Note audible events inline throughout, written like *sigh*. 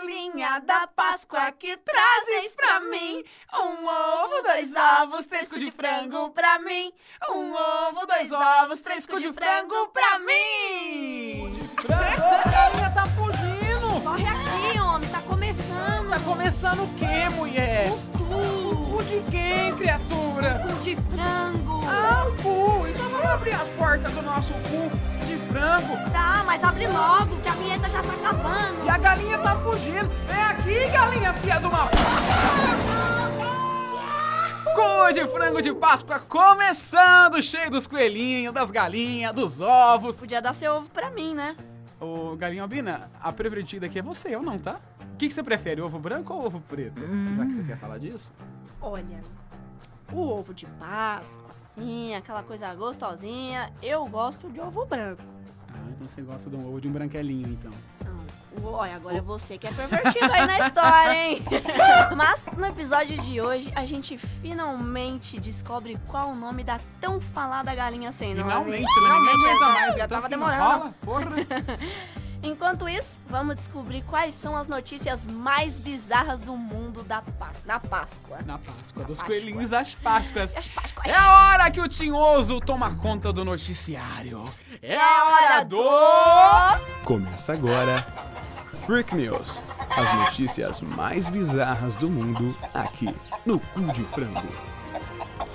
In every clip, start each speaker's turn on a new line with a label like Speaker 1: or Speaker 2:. Speaker 1: galinha da Páscoa que trazes pra mim. Um ovo, dois ovos, três cu de frango pra mim. Um ovo, dois ovos, três cu de frango pra mim. *laughs*
Speaker 2: A galinha tá fugindo!
Speaker 3: Corre aqui, homem, tá começando.
Speaker 2: Tá começando o quê, mulher?
Speaker 3: O
Speaker 2: O de quem, criatura?
Speaker 3: cu, cu de frango.
Speaker 2: Ah, o cu! Então vamos abrir as portas do nosso cu de frango.
Speaker 3: Tá, mas abre logo, que a vinheta já tá acabando.
Speaker 2: E a galinha tá fugindo. Vem aqui, galinha filha do mal! Cu de frango de Páscoa começando, cheio dos coelhinhos, das galinhas, dos ovos.
Speaker 3: Podia dar seu ovo pra mim, né?
Speaker 2: Ô, Galinha Albina, a preferida aqui é você, eu não, tá? O que, que você prefere, ovo branco ou ovo preto? Já que você quer falar disso.
Speaker 3: Olha, o ovo de Páscoa, assim, aquela coisa gostosinha, eu gosto de ovo branco.
Speaker 2: Ah, então você gosta de um ovo de um branquelinho, então.
Speaker 3: Não, o- Olha, agora é você que é pervertido aí na história, *laughs* hein? Mas no episódio de hoje a gente finalmente descobre qual o nome da tão falada galinha sem nome.
Speaker 2: Finalmente, né? Ninguém
Speaker 3: Finalmente,
Speaker 2: aguenta
Speaker 3: né?
Speaker 2: mais.
Speaker 3: Já
Speaker 2: tanto
Speaker 3: tava
Speaker 2: que
Speaker 3: demorando.
Speaker 2: enrola, porra.
Speaker 3: Enquanto isso, vamos descobrir quais são as notícias mais bizarras do mundo da Pá- na Páscoa.
Speaker 2: Na Páscoa, dos
Speaker 3: Páscoa.
Speaker 2: coelhinhos das Páscoas.
Speaker 3: As Páscoas.
Speaker 2: É a hora que o tinhoso toma conta do noticiário. É a hora do...
Speaker 4: Começa agora Freak News, as notícias mais bizarras do mundo aqui no Cu de Frango.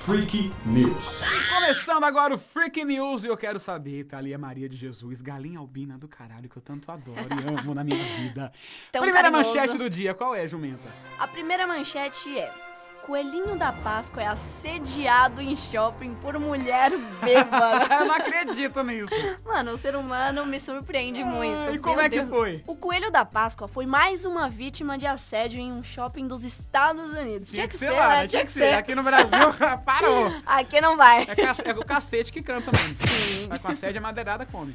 Speaker 4: Freak News.
Speaker 2: Começando agora o Freak News e eu quero saber, Thalia Maria de Jesus, galinha albina do caralho que eu tanto adoro e amo na minha vida.
Speaker 3: *laughs* Tão
Speaker 2: Primeira
Speaker 3: carinhoso.
Speaker 2: manchete do dia, qual é, Jumenta?
Speaker 3: A primeira manchete é: Coelhinho da Páscoa é assediado em shopping por mulher
Speaker 2: *laughs*
Speaker 3: bêbada.
Speaker 2: *laughs* Eu não acredito nisso.
Speaker 3: Mano, o ser humano me surpreende muito.
Speaker 2: e como
Speaker 3: Meu
Speaker 2: é que
Speaker 3: Deus.
Speaker 2: foi?
Speaker 3: O Coelho da Páscoa foi mais uma vítima de assédio em um shopping dos Estados Unidos. Tinha, que, ser, né?
Speaker 2: né? Tinha que ser. Aqui no Brasil, *laughs* parou.
Speaker 3: Aqui não vai.
Speaker 2: É, cac- é o cacete que canta, mano.
Speaker 3: Sim.
Speaker 2: Vai com a sede, a madeirada come.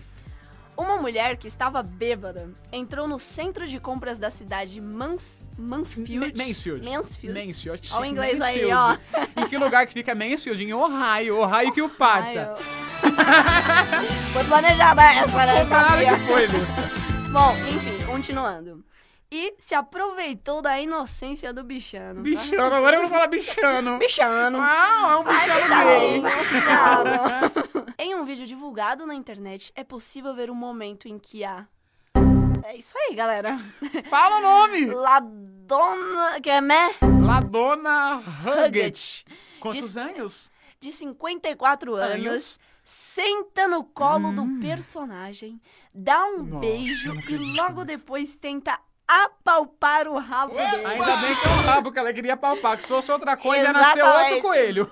Speaker 3: Uma mulher que estava bêbada entrou no centro de compras da cidade de Mans, Mansfield.
Speaker 2: Ma- Mansfield.
Speaker 3: Mansfield.
Speaker 2: Mansfield.
Speaker 3: Olha o
Speaker 2: chique,
Speaker 3: inglês aí, ó.
Speaker 2: Mansfield. Em que lugar que fica Mansfield? Em Ohio. Ohio que o
Speaker 3: Ai, eu-
Speaker 2: parta.
Speaker 3: *laughs* Foi planejada essa, né?
Speaker 2: Claro
Speaker 3: Sabia.
Speaker 2: que foi, Lisca.
Speaker 3: Bom, enfim, continuando. E se aproveitou da inocência do bichano. tá?
Speaker 2: Bichano. Agora eu vou falar bichano.
Speaker 3: Bichano.
Speaker 2: Ah, é um bichano
Speaker 3: Ai,
Speaker 2: gay.
Speaker 3: bichano. *laughs* em um vídeo divulgado na internet, é possível ver o momento em que a... É isso aí, galera.
Speaker 2: Fala o nome.
Speaker 3: Ladona... Que é meh?
Speaker 2: Ladona Huggett. Quantos
Speaker 3: Diz-
Speaker 2: anos?
Speaker 3: de 54 anos,
Speaker 2: Anos?
Speaker 3: senta no colo do personagem, dá um
Speaker 2: Nossa, eu
Speaker 3: beijo
Speaker 2: não
Speaker 3: e
Speaker 2: acredito
Speaker 3: logo
Speaker 2: nisso.
Speaker 3: depois tenta apalpar o rabo dele.
Speaker 2: Ainda bem que é um rabo que ela queria palpar. Que se fosse outra coisa, ia nascer outro
Speaker 3: Exatamente. *laughs*
Speaker 2: coelho.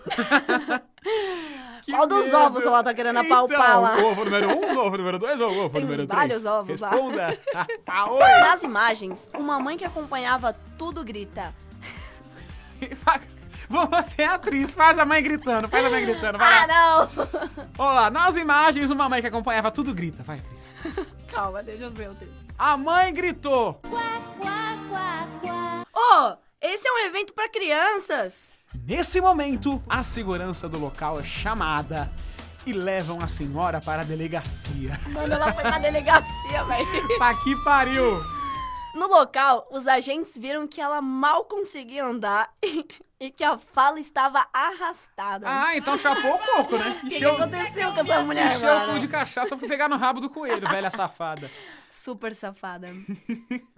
Speaker 2: *laughs* Que
Speaker 3: Qual dos
Speaker 2: medo.
Speaker 3: ovos ela tá querendo apalpar
Speaker 2: então,
Speaker 3: lá?
Speaker 2: Ovo número um, ovo número dois ou ovo
Speaker 3: Tem
Speaker 2: número três?
Speaker 3: vários ovos lá.
Speaker 2: Responda. *laughs* Ah, oi.
Speaker 3: Nas imagens, uma mãe que acompanhava tudo grita:
Speaker 2: Você é atriz, faz a mãe gritando, faz a mãe gritando, vai
Speaker 3: Ah,
Speaker 2: lá.
Speaker 3: não!
Speaker 2: Olá, nas imagens, uma mãe que acompanhava tudo grita, vai, Cris.
Speaker 3: *laughs* Calma, deixa eu ver o texto.
Speaker 2: A mãe gritou,
Speaker 3: Ô, esse é um evento pra crianças!
Speaker 2: Nesse momento, a segurança do local é chamada e levam a senhora para a
Speaker 3: *laughs*
Speaker 2: delegacia.
Speaker 3: Mano, ela foi pra delegacia, *laughs* velho.
Speaker 2: Tá que pariu!
Speaker 3: No local, os agentes viram que ela mal conseguia andar *laughs* e, e que a fala estava arrastada.
Speaker 2: Ah, então chapou o coco, né?
Speaker 3: O que, que aconteceu com essa mulher,
Speaker 2: encheu o
Speaker 3: mano?
Speaker 2: cu de cachaça pra pegar no rabo do coelho, velha safada.
Speaker 3: Super
Speaker 2: *laughs*
Speaker 3: safada.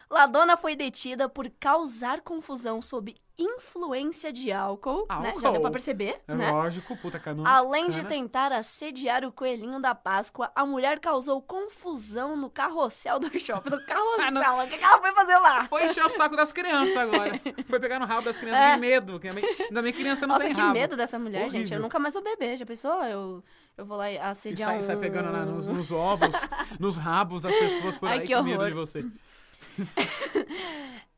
Speaker 3: Ladona foi detida por causar confusão sob influência de álcool, né? Já deu
Speaker 2: Álcool.
Speaker 3: pra perceber,
Speaker 2: É
Speaker 3: né?
Speaker 2: lógico, puta canona.
Speaker 3: Além de
Speaker 2: cara.
Speaker 3: tentar assediar o coelhinho da Páscoa, a mulher causou confusão no carrossel do shopping. No
Speaker 2: *laughs* Ah,
Speaker 3: carrossel,
Speaker 2: não.
Speaker 3: o que que ela foi fazer lá?
Speaker 2: Foi encher o saco das crianças agora. Foi pegar no rabo das crianças
Speaker 3: É.
Speaker 2: de medo. Que ainda bem- ainda bem que criança não
Speaker 3: Nossa,
Speaker 2: tem
Speaker 3: que
Speaker 2: rabo.
Speaker 3: medo dessa mulher, gente. Eu
Speaker 2: Horrível.
Speaker 3: nunca mais vou beber. Já pensou? Eu, eu vou lá e
Speaker 2: E
Speaker 3: assediar
Speaker 2: sai,
Speaker 3: um...
Speaker 2: sai pegando lá nos,
Speaker 3: *laughs*
Speaker 2: nos ovos, nos rabos das pessoas por
Speaker 3: Ai,
Speaker 2: aí,
Speaker 3: que
Speaker 2: que, medo
Speaker 3: horror.
Speaker 2: de você.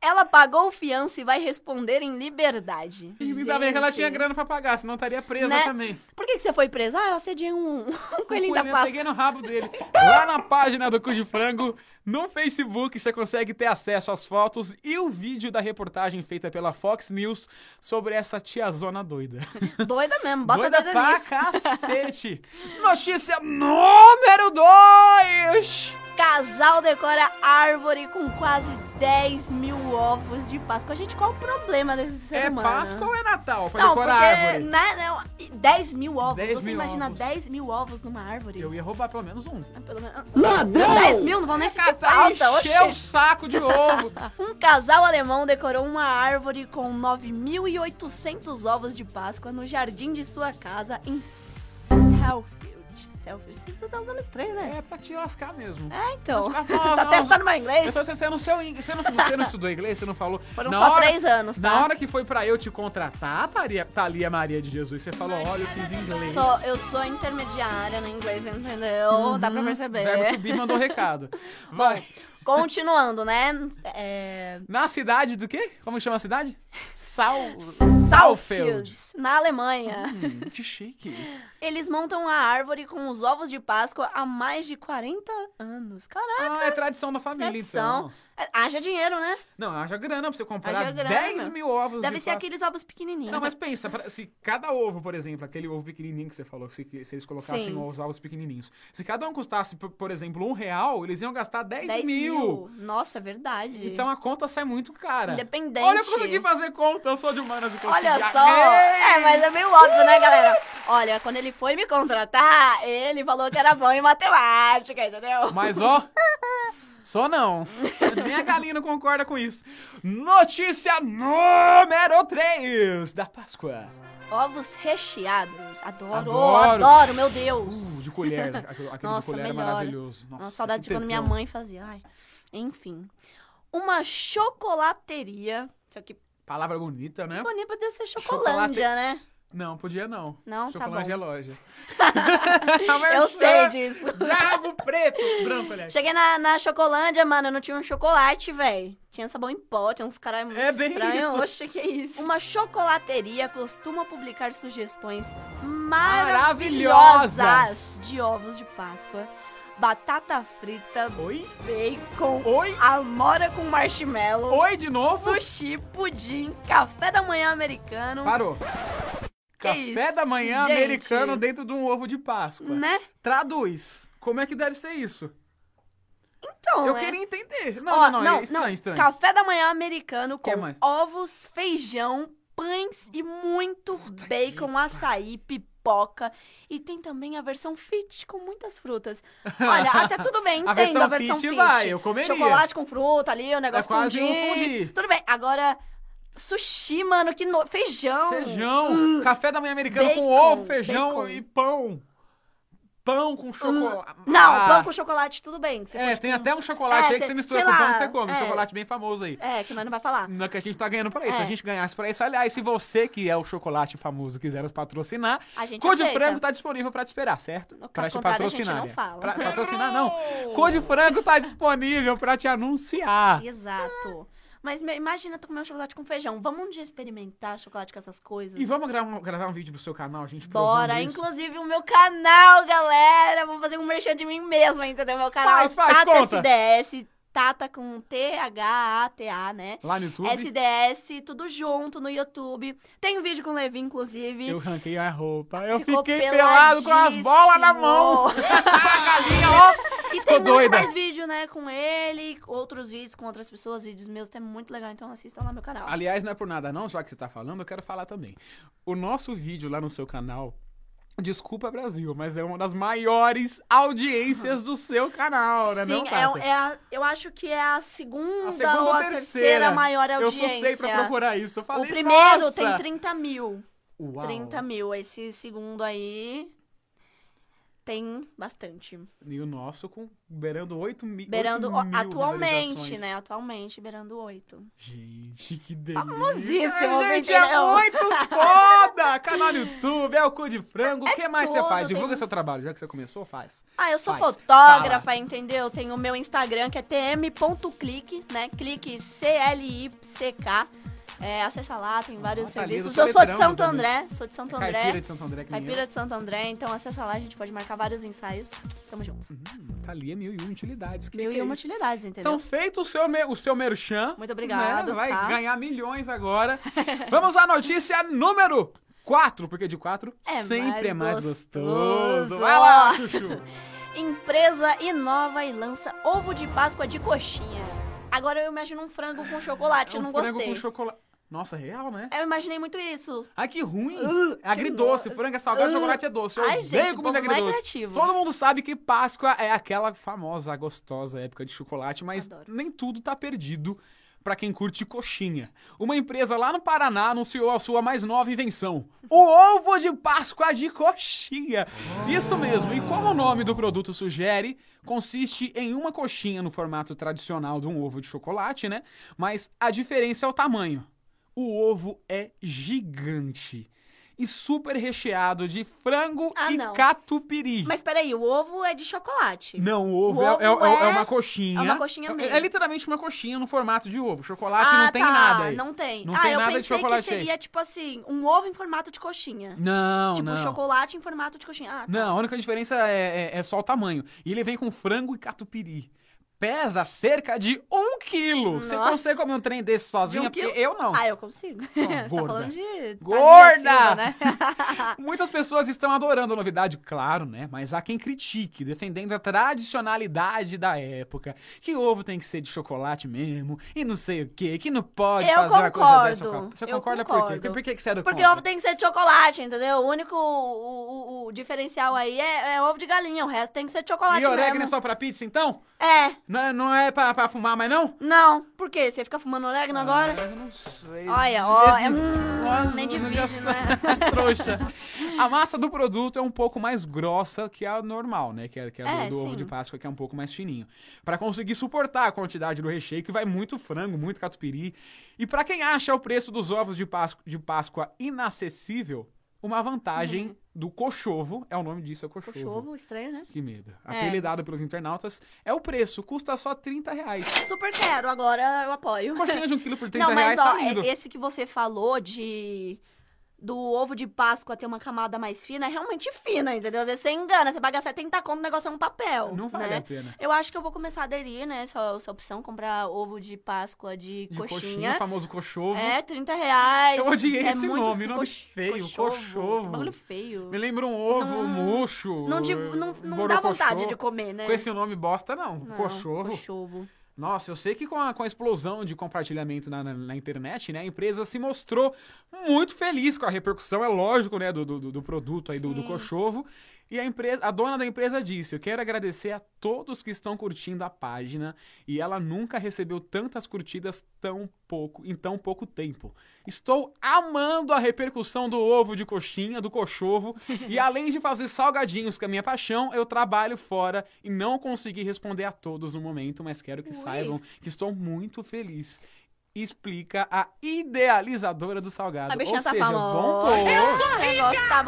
Speaker 3: Ela pagou um fiança e vai responder em liberdade.
Speaker 2: E ainda bem que ela
Speaker 3: Gente.
Speaker 2: tinha grana pra pagar, senão estaria presa
Speaker 3: Né?
Speaker 2: também.
Speaker 3: Por que, que você foi presa? Ah, eu assediei um, *laughs* um coelhinho da
Speaker 2: Eu
Speaker 3: Páscoa.
Speaker 2: Peguei no rabo dele. Lá na página do Cu de Frango, no Facebook, você consegue ter acesso às fotos e o vídeo da reportagem feita pela Fox News sobre essa tiazona doida.
Speaker 3: Doida mesmo, bota
Speaker 2: doida
Speaker 3: o dedo
Speaker 2: pra *laughs*
Speaker 3: nisso.
Speaker 2: cacete. Notícia número 2.
Speaker 3: Casal decora árvore com quase 10 mil ovos de Páscoa. Gente, qual o problema desse ser
Speaker 2: É
Speaker 3: humano?
Speaker 2: Páscoa ou é Natal? Pra
Speaker 3: Não,
Speaker 2: decorar
Speaker 3: porque,
Speaker 2: a árvore.
Speaker 3: né, não, e 10 mil ovos.
Speaker 2: 10
Speaker 3: Você
Speaker 2: mil
Speaker 3: imagina
Speaker 2: ovos.
Speaker 3: 10 mil ovos numa árvore?
Speaker 2: Eu ia roubar pelo menos um.
Speaker 3: Ah, Pelo menos, 10 mil, não vão nem sentir
Speaker 2: Catar e
Speaker 3: falta.
Speaker 2: encher o
Speaker 3: oxe.
Speaker 2: saco de
Speaker 3: *laughs*
Speaker 2: ovo.
Speaker 3: Um casal alemão decorou uma árvore com 9.800 ovos de Páscoa no jardim de sua casa em Selfield. Selfield, você tá um nome estranho, né?
Speaker 2: é pra te lascar mesmo.
Speaker 3: Ah, então.
Speaker 2: Mas, mas,
Speaker 3: tá
Speaker 2: mas,
Speaker 3: testando meu
Speaker 2: Eu
Speaker 3: inglês?
Speaker 2: só sei, você não, seu ing- você, não, você não estudou inglês, você não falou.
Speaker 3: Foram
Speaker 2: Na
Speaker 3: só
Speaker 2: hora-
Speaker 3: três anos, tá?
Speaker 2: Na hora que foi pra eu te contratar, Thalia, Thalia Maria de Jesus, você falou, olha, eu fiz inglês.
Speaker 3: Sou- eu sou intermediária no inglês, entendeu? Dá pra
Speaker 2: Uhum. Verbo to
Speaker 3: perceber.
Speaker 2: be mandou
Speaker 3: *laughs*
Speaker 2: recado. Vai.
Speaker 3: Continuando, né? É...
Speaker 2: Na cidade do quê? Como chama a cidade? Sal...
Speaker 3: Southfield, na Alemanha.
Speaker 2: Hum, que chique.
Speaker 3: Eles montam a árvore com os ovos de Páscoa há mais de 40 anos. Caraca,
Speaker 2: Ah, é tradição da família,
Speaker 3: tradição.
Speaker 2: então.
Speaker 3: É, Haja dinheiro, né?
Speaker 2: Não, haja grana pra você comprar
Speaker 3: Haja grana.
Speaker 2: 10 mil ovos
Speaker 3: Deve
Speaker 2: de
Speaker 3: ser
Speaker 2: Páscoa.
Speaker 3: aqueles ovos pequenininhos.
Speaker 2: Não, mas pensa, pra- se cada ovo, por exemplo, aquele ovo pequenininho que você falou, que se, que se eles colocassem
Speaker 3: Sim.
Speaker 2: os ovos pequenininhos, se cada um custasse, por, por exemplo, um real, eles iam gastar 10,
Speaker 3: 10
Speaker 2: mil.
Speaker 3: mil. Nossa, é verdade.
Speaker 2: Então a conta sai muito cara.
Speaker 3: Independente.
Speaker 2: Olha, eu consegui fazer conta, eu sou de humanas e consegui.
Speaker 3: Olha só!
Speaker 2: Aê!
Speaker 3: É, mas é meio óbvio, né, galera? Olha, quando ele foi me contratar, ele falou que era bom em matemática, entendeu?
Speaker 2: Mas ó, só não. Nem a galinha não concorda com isso. Notícia número 3 da Páscoa.
Speaker 3: Ovos recheados. Adoro,
Speaker 2: Adoro.
Speaker 3: adoro, meu Deus.
Speaker 2: Uh, de colher. Aquele aquele de
Speaker 3: Nossa,
Speaker 2: colher
Speaker 3: melhora.
Speaker 2: é maravilhoso. Nossa,
Speaker 3: Uma saudade
Speaker 2: que
Speaker 3: de quando minha
Speaker 2: tesão.
Speaker 3: mãe fazia. Ai. Enfim. Uma chocolateria. Isso aqui
Speaker 2: Palavra bonita, né?
Speaker 3: é bonito, podia ser chocolândia, né?
Speaker 2: Não, podia não.
Speaker 3: Não, tá
Speaker 2: Chocolate
Speaker 3: bom.
Speaker 2: é loja.
Speaker 3: *laughs* Eu sei disso.
Speaker 2: Diabo preto. Branco, aliás.
Speaker 3: Cheguei na, na Chocolândia, mano, não tinha um chocolate, velho. Tinha sabão em pó, tinha uns caras muito
Speaker 2: É bem
Speaker 3: estranhos.
Speaker 2: isso.
Speaker 3: Oxe, que isso. Uma chocolateria costuma publicar sugestões
Speaker 2: Maravilhosas.
Speaker 3: maravilhosas de ovos de Páscoa, batata frita,
Speaker 2: Oi?
Speaker 3: bacon,
Speaker 2: Oi?
Speaker 3: amora com marshmallow,
Speaker 2: Oi de novo?
Speaker 3: sushi, pudim, café da manhã americano,
Speaker 2: Parou. Café
Speaker 3: isso,
Speaker 2: da manhã
Speaker 3: gente?
Speaker 2: americano dentro de um ovo de Páscoa.
Speaker 3: né?
Speaker 2: Traduz. Como é que deve ser isso?
Speaker 3: Então,
Speaker 2: Eu
Speaker 3: né?
Speaker 2: queria entender. Não, não,
Speaker 3: Ó,
Speaker 2: não.
Speaker 3: não,
Speaker 2: é estranho, estranho.
Speaker 3: Café da manhã americano
Speaker 2: Que é
Speaker 3: com
Speaker 2: mais?
Speaker 3: ovos, feijão, pães e muito bacon, açaí, pipoca. E tem também a versão fit com
Speaker 2: *laughs*
Speaker 3: muitas frutas. Olha, até tudo bem, entendo
Speaker 2: A
Speaker 3: a
Speaker 2: versão
Speaker 3: versão,
Speaker 2: fit
Speaker 3: fit.
Speaker 2: vai, eu comeria.
Speaker 3: Chocolate com fruta ali, o negócio
Speaker 2: É quase um fundi.
Speaker 3: Tudo bem, agora sushi, mano, que no... feijão.
Speaker 2: Feijão. Café da manhã americano com
Speaker 3: Uh, Bacon,
Speaker 2: ovo, feijão
Speaker 3: bacon. Uh,
Speaker 2: e pão. Pão com chocolate.
Speaker 3: Não,
Speaker 2: Ah,
Speaker 3: pão com chocolate, tudo bem. Você
Speaker 2: É,
Speaker 3: pode
Speaker 2: tem
Speaker 3: com-
Speaker 2: até um chocolate
Speaker 3: É,
Speaker 2: aí que
Speaker 3: cê-
Speaker 2: você mistura
Speaker 3: sei
Speaker 2: com pão
Speaker 3: lá,
Speaker 2: e você come. Um
Speaker 3: é.
Speaker 2: chocolate bem famoso aí.
Speaker 3: É, que nós não vai falar.
Speaker 2: Não é que a gente tá ganhando pra isso. Se
Speaker 3: É.
Speaker 2: a gente ganhasse pra isso, aliás, se você que é o chocolate famoso quiser nos patrocinar,
Speaker 3: A gente
Speaker 2: Code
Speaker 3: aceita.
Speaker 2: Frango tá disponível pra te esperar, certo?
Speaker 3: No
Speaker 2: pra
Speaker 3: caso
Speaker 2: te
Speaker 3: contrário, a gente
Speaker 2: patrocinar.
Speaker 3: não
Speaker 2: né?
Speaker 3: fala.
Speaker 2: Pra patrocinar, não.
Speaker 3: *laughs*
Speaker 2: Code Frango tá disponível pra te anunciar.
Speaker 3: Exato. Mas meu, imagina tu comer um chocolate com feijão. Vamos um dia experimentar chocolate com essas coisas?
Speaker 2: E vamos gravar um, gravar um vídeo pro seu canal, a gente
Speaker 3: Bora,
Speaker 2: provando isso?
Speaker 3: inclusive o meu canal, galera. Vou fazer um merchan de mim mesma, entendeu? Meu canal
Speaker 2: Faz,
Speaker 3: é
Speaker 2: faz,
Speaker 3: Tata
Speaker 2: conta.
Speaker 3: SDS, Tata com T-H-A-T-A, né?
Speaker 2: Lá no YouTube,
Speaker 3: SDS, tudo junto no YouTube. Tem um vídeo com o Levi, inclusive.
Speaker 2: eu ranquei a roupa. Eu
Speaker 3: Ficou
Speaker 2: fiquei pelado com as
Speaker 3: peladíssimo.
Speaker 2: bolas na
Speaker 3: *laughs*
Speaker 2: mão.
Speaker 3: E
Speaker 2: Ficou
Speaker 3: tem muito
Speaker 2: doida.
Speaker 3: mais vídeo, né, com ele, outros vídeos com outras pessoas, vídeos meus, é muito legal, então assistam lá meu canal.
Speaker 2: Aliás, não é por nada não, já que você tá falando, eu quero falar também. O nosso vídeo lá no seu canal, desculpa Brasil, mas é uma das maiores audiências do seu canal, né? não,
Speaker 3: Sim, é,
Speaker 2: Tata?
Speaker 3: é a- eu acho que é a segunda,
Speaker 2: a segunda
Speaker 3: ou
Speaker 2: ou
Speaker 3: a
Speaker 2: terceira,
Speaker 3: terceira, maior é audiência.
Speaker 2: Eu fucei pra procurar isso, eu falei,
Speaker 3: o primeiro
Speaker 2: nossa!
Speaker 3: tem 30 mil.
Speaker 2: Uau.
Speaker 3: 30 mil. Esse segundo aí tem bastante.
Speaker 2: E o nosso com beirando 8 mi...
Speaker 3: Beirando
Speaker 2: 8 mil
Speaker 3: atualmente,
Speaker 2: visualizações.
Speaker 3: né? Atualmente, beirando 8.
Speaker 2: Gente, que delícia.
Speaker 3: Famosíssimo,
Speaker 2: Ai, Gente, é
Speaker 3: entendeu?
Speaker 2: muito foda! Canal no YouTube, é o cu de frango. O que mais você
Speaker 3: tudo,
Speaker 2: faz?
Speaker 3: tem um
Speaker 2: Divulga
Speaker 3: muito-
Speaker 2: seu trabalho, já que você começou, faz.
Speaker 3: Ah, eu sou
Speaker 2: Faz.
Speaker 3: fotógrafa,
Speaker 2: Fala.
Speaker 3: entendeu? Tem o meu Instagram que é tm.clique, né? Clique C-L-I-C-K. É, acessa lá, tem vários
Speaker 2: Ah, tá ali,
Speaker 3: serviços.
Speaker 2: do
Speaker 3: Eu sou de
Speaker 2: Teletrão
Speaker 3: Santo
Speaker 2: também.
Speaker 3: André, sou de
Speaker 2: É
Speaker 3: Santo André.
Speaker 2: Caipira de Santo André, que nem eu.
Speaker 3: Caipira de Santo André, então acessa lá, a gente pode marcar vários ensaios. Tamo junto.
Speaker 2: Tá ali é mil e uma utilidades. Que
Speaker 3: Mil
Speaker 2: que
Speaker 3: e
Speaker 2: é
Speaker 3: uma
Speaker 2: isso?
Speaker 3: utilidades, entendeu?
Speaker 2: Então, feito o seu, me- o seu merchan. né,
Speaker 3: Muito obrigado,
Speaker 2: Vai
Speaker 3: tá?
Speaker 2: ganhar milhões agora.
Speaker 3: *laughs*
Speaker 2: Vamos à notícia número 4, porque de 4
Speaker 3: É
Speaker 2: sempre
Speaker 3: mais
Speaker 2: é mais gostoso.
Speaker 3: gostoso.
Speaker 2: Vai lá, Chuchu.
Speaker 3: Empresa inova e lança ovo de Páscoa de coxinha. Agora eu imagino um frango com chocolate, eu
Speaker 2: um
Speaker 3: não
Speaker 2: frango
Speaker 3: gostei.
Speaker 2: com chocolate. Nossa, real, né?
Speaker 3: Eu imaginei muito isso.
Speaker 2: Ai, que ruim!
Speaker 3: Uh,
Speaker 2: é agridoce,
Speaker 3: que
Speaker 2: frango é salgado,
Speaker 3: Uh.
Speaker 2: chocolate é doce. Eu
Speaker 3: Ai, gente,
Speaker 2: odeio
Speaker 3: o
Speaker 2: comida
Speaker 3: povo não é
Speaker 2: agridoce.
Speaker 3: criativo.
Speaker 2: Todo mundo sabe que Páscoa é aquela famosa, gostosa época de chocolate, mas
Speaker 3: Adoro.
Speaker 2: nem tudo tá perdido pra quem curte coxinha. Uma empresa lá no Paraná anunciou a sua mais nova invenção: o ovo de Páscoa de coxinha. Isso mesmo, e como o nome do produto sugere, consiste em uma coxinha no formato tradicional de um ovo de chocolate, né? Mas a diferença é o tamanho. O ovo é gigante e super recheado de frango
Speaker 3: Ah,
Speaker 2: e
Speaker 3: não.
Speaker 2: catupiry.
Speaker 3: Mas peraí, o ovo é de chocolate.
Speaker 2: Não, o ovo,
Speaker 3: O
Speaker 2: é,
Speaker 3: ovo
Speaker 2: é- é-
Speaker 3: é-
Speaker 2: é uma coxinha.
Speaker 3: é uma coxinha
Speaker 2: É-
Speaker 3: mesmo.
Speaker 2: É literalmente uma coxinha no formato de ovo. Chocolate não tem
Speaker 3: tá,
Speaker 2: nada aí.
Speaker 3: Não tem.
Speaker 2: Não
Speaker 3: ah,
Speaker 2: tem
Speaker 3: eu
Speaker 2: nada de
Speaker 3: pensei que
Speaker 2: chocolate
Speaker 3: seria tipo assim, um ovo em formato de coxinha.
Speaker 2: Não,
Speaker 3: tipo,
Speaker 2: não.
Speaker 3: chocolate em formato de coxinha. Ah, tá.
Speaker 2: Não, a única diferença é, é- é só o tamanho. E ele vem com frango e catupiry. Pesa cerca de um quilo. Você
Speaker 3: Nossa.
Speaker 2: consegue comer um trem desse sozinha?
Speaker 3: De um
Speaker 2: Porque
Speaker 3: quilo?
Speaker 2: eu não.
Speaker 3: Ah, eu consigo. *laughs* Você
Speaker 2: gorda.
Speaker 3: tá falando de.
Speaker 2: Gorda! *laughs*
Speaker 3: Padilha Silva, né?
Speaker 2: Muitas pessoas estão adorando a novidade, claro, né? Mas há quem critique, defendendo a tradicionalidade da época. Que ovo tem que ser de chocolate mesmo, e não sei o quê, que não pode
Speaker 3: Eu
Speaker 2: fazer uma coisa
Speaker 3: concordo.
Speaker 2: dessa. com a- Você
Speaker 3: Eu
Speaker 2: concorda por quê?
Speaker 3: concordo.
Speaker 2: Por que, que você é do
Speaker 3: Porque
Speaker 2: contra?
Speaker 3: ovo tem que ser de chocolate, entendeu? O único o, o- o diferencial aí é, é ovo de galinha, o resto tem que ser de chocolate
Speaker 2: E orégano é
Speaker 3: mesmo.
Speaker 2: só pra pizza, então?
Speaker 3: É,
Speaker 2: Não, não é pra, pra fumar mais, não?
Speaker 3: não. Por quê? Você fica fumando orégano Tá agora?
Speaker 2: Ah, eu não sei.
Speaker 3: Olha, ó,
Speaker 2: Esse-
Speaker 3: é, hum,
Speaker 2: Nossa,
Speaker 3: nem
Speaker 2: não
Speaker 3: divide,
Speaker 2: já
Speaker 3: não é?
Speaker 2: sei. *laughs* Trouxa.
Speaker 3: *laughs*
Speaker 2: A massa do produto é um pouco mais grossa que a normal, né? Que é, que é a
Speaker 3: É,
Speaker 2: do, do ovo
Speaker 3: sim.
Speaker 2: de Páscoa, que é um pouco mais fininho. Pra conseguir suportar a quantidade do recheio, que vai muito frango, muito catupiry. E pra quem acha o preço dos ovos de Páscoa, de Páscoa inacessível, uma vantagem do cochovo, é o nome disso, é cochovo.
Speaker 3: Uhum. Cochovo, estranho, né?
Speaker 2: Que medo.
Speaker 3: É.
Speaker 2: Apelidado pelos internautas, é o preço. Custa só 30 reais.
Speaker 3: Super quero, agora eu apoio.
Speaker 2: Coxinha de um quilo por 30
Speaker 3: Não, mas
Speaker 2: reais
Speaker 3: ó,
Speaker 2: tá lindo.
Speaker 3: é- esse que você falou de do ovo de Páscoa ter uma camada mais fina, é realmente fina, entendeu? Às vezes você engana, você paga 70 conto, o negócio é um papel.
Speaker 2: Não vale
Speaker 3: né?
Speaker 2: a pena.
Speaker 3: Eu acho que eu vou começar a aderir, né? Essa, essa opção, comprar ovo de Páscoa de,
Speaker 2: De coxinha,
Speaker 3: coxinha.
Speaker 2: famoso cochovo.
Speaker 3: É, 30 reais.
Speaker 2: Eu odiei
Speaker 3: é
Speaker 2: esse
Speaker 3: muito
Speaker 2: nome, nome feio, cochovo.
Speaker 3: Que bagulho feio.
Speaker 2: Me lembra um ovo
Speaker 3: Não-
Speaker 2: murcho.
Speaker 3: Não, de- não, não dá
Speaker 2: borocochô.
Speaker 3: vontade de comer, né?
Speaker 2: um Com esse nome bosta, não.
Speaker 3: Não,
Speaker 2: cochovo.
Speaker 3: cochovo.
Speaker 2: Nossa, eu sei que com a, com a explosão de compartilhamento na, na- na internet, né? A empresa se mostrou muito feliz com a repercussão, é lógico, né? Do, do, do produto aí, do, do
Speaker 3: Sim.
Speaker 2: cochovo. E a, empresa, a dona da empresa disse: Eu quero agradecer a todos que estão curtindo a página. E ela nunca recebeu tantas curtidas tão pouco, em tão pouco tempo. Estou amando a repercussão do ovo de coxinha, do cochovo. e
Speaker 3: *laughs*
Speaker 2: além de fazer salgadinhos, que é a minha paixão, eu trabalho fora e não consegui responder a todos no momento, mas quero que
Speaker 3: Ui.
Speaker 2: saibam que estou muito feliz. Explica a idealizadora do salgado.
Speaker 3: A bichinha
Speaker 2: Ou
Speaker 3: tá
Speaker 2: seja, bom
Speaker 3: famosa.
Speaker 2: povo.
Speaker 3: O negócio tá
Speaker 2: Já um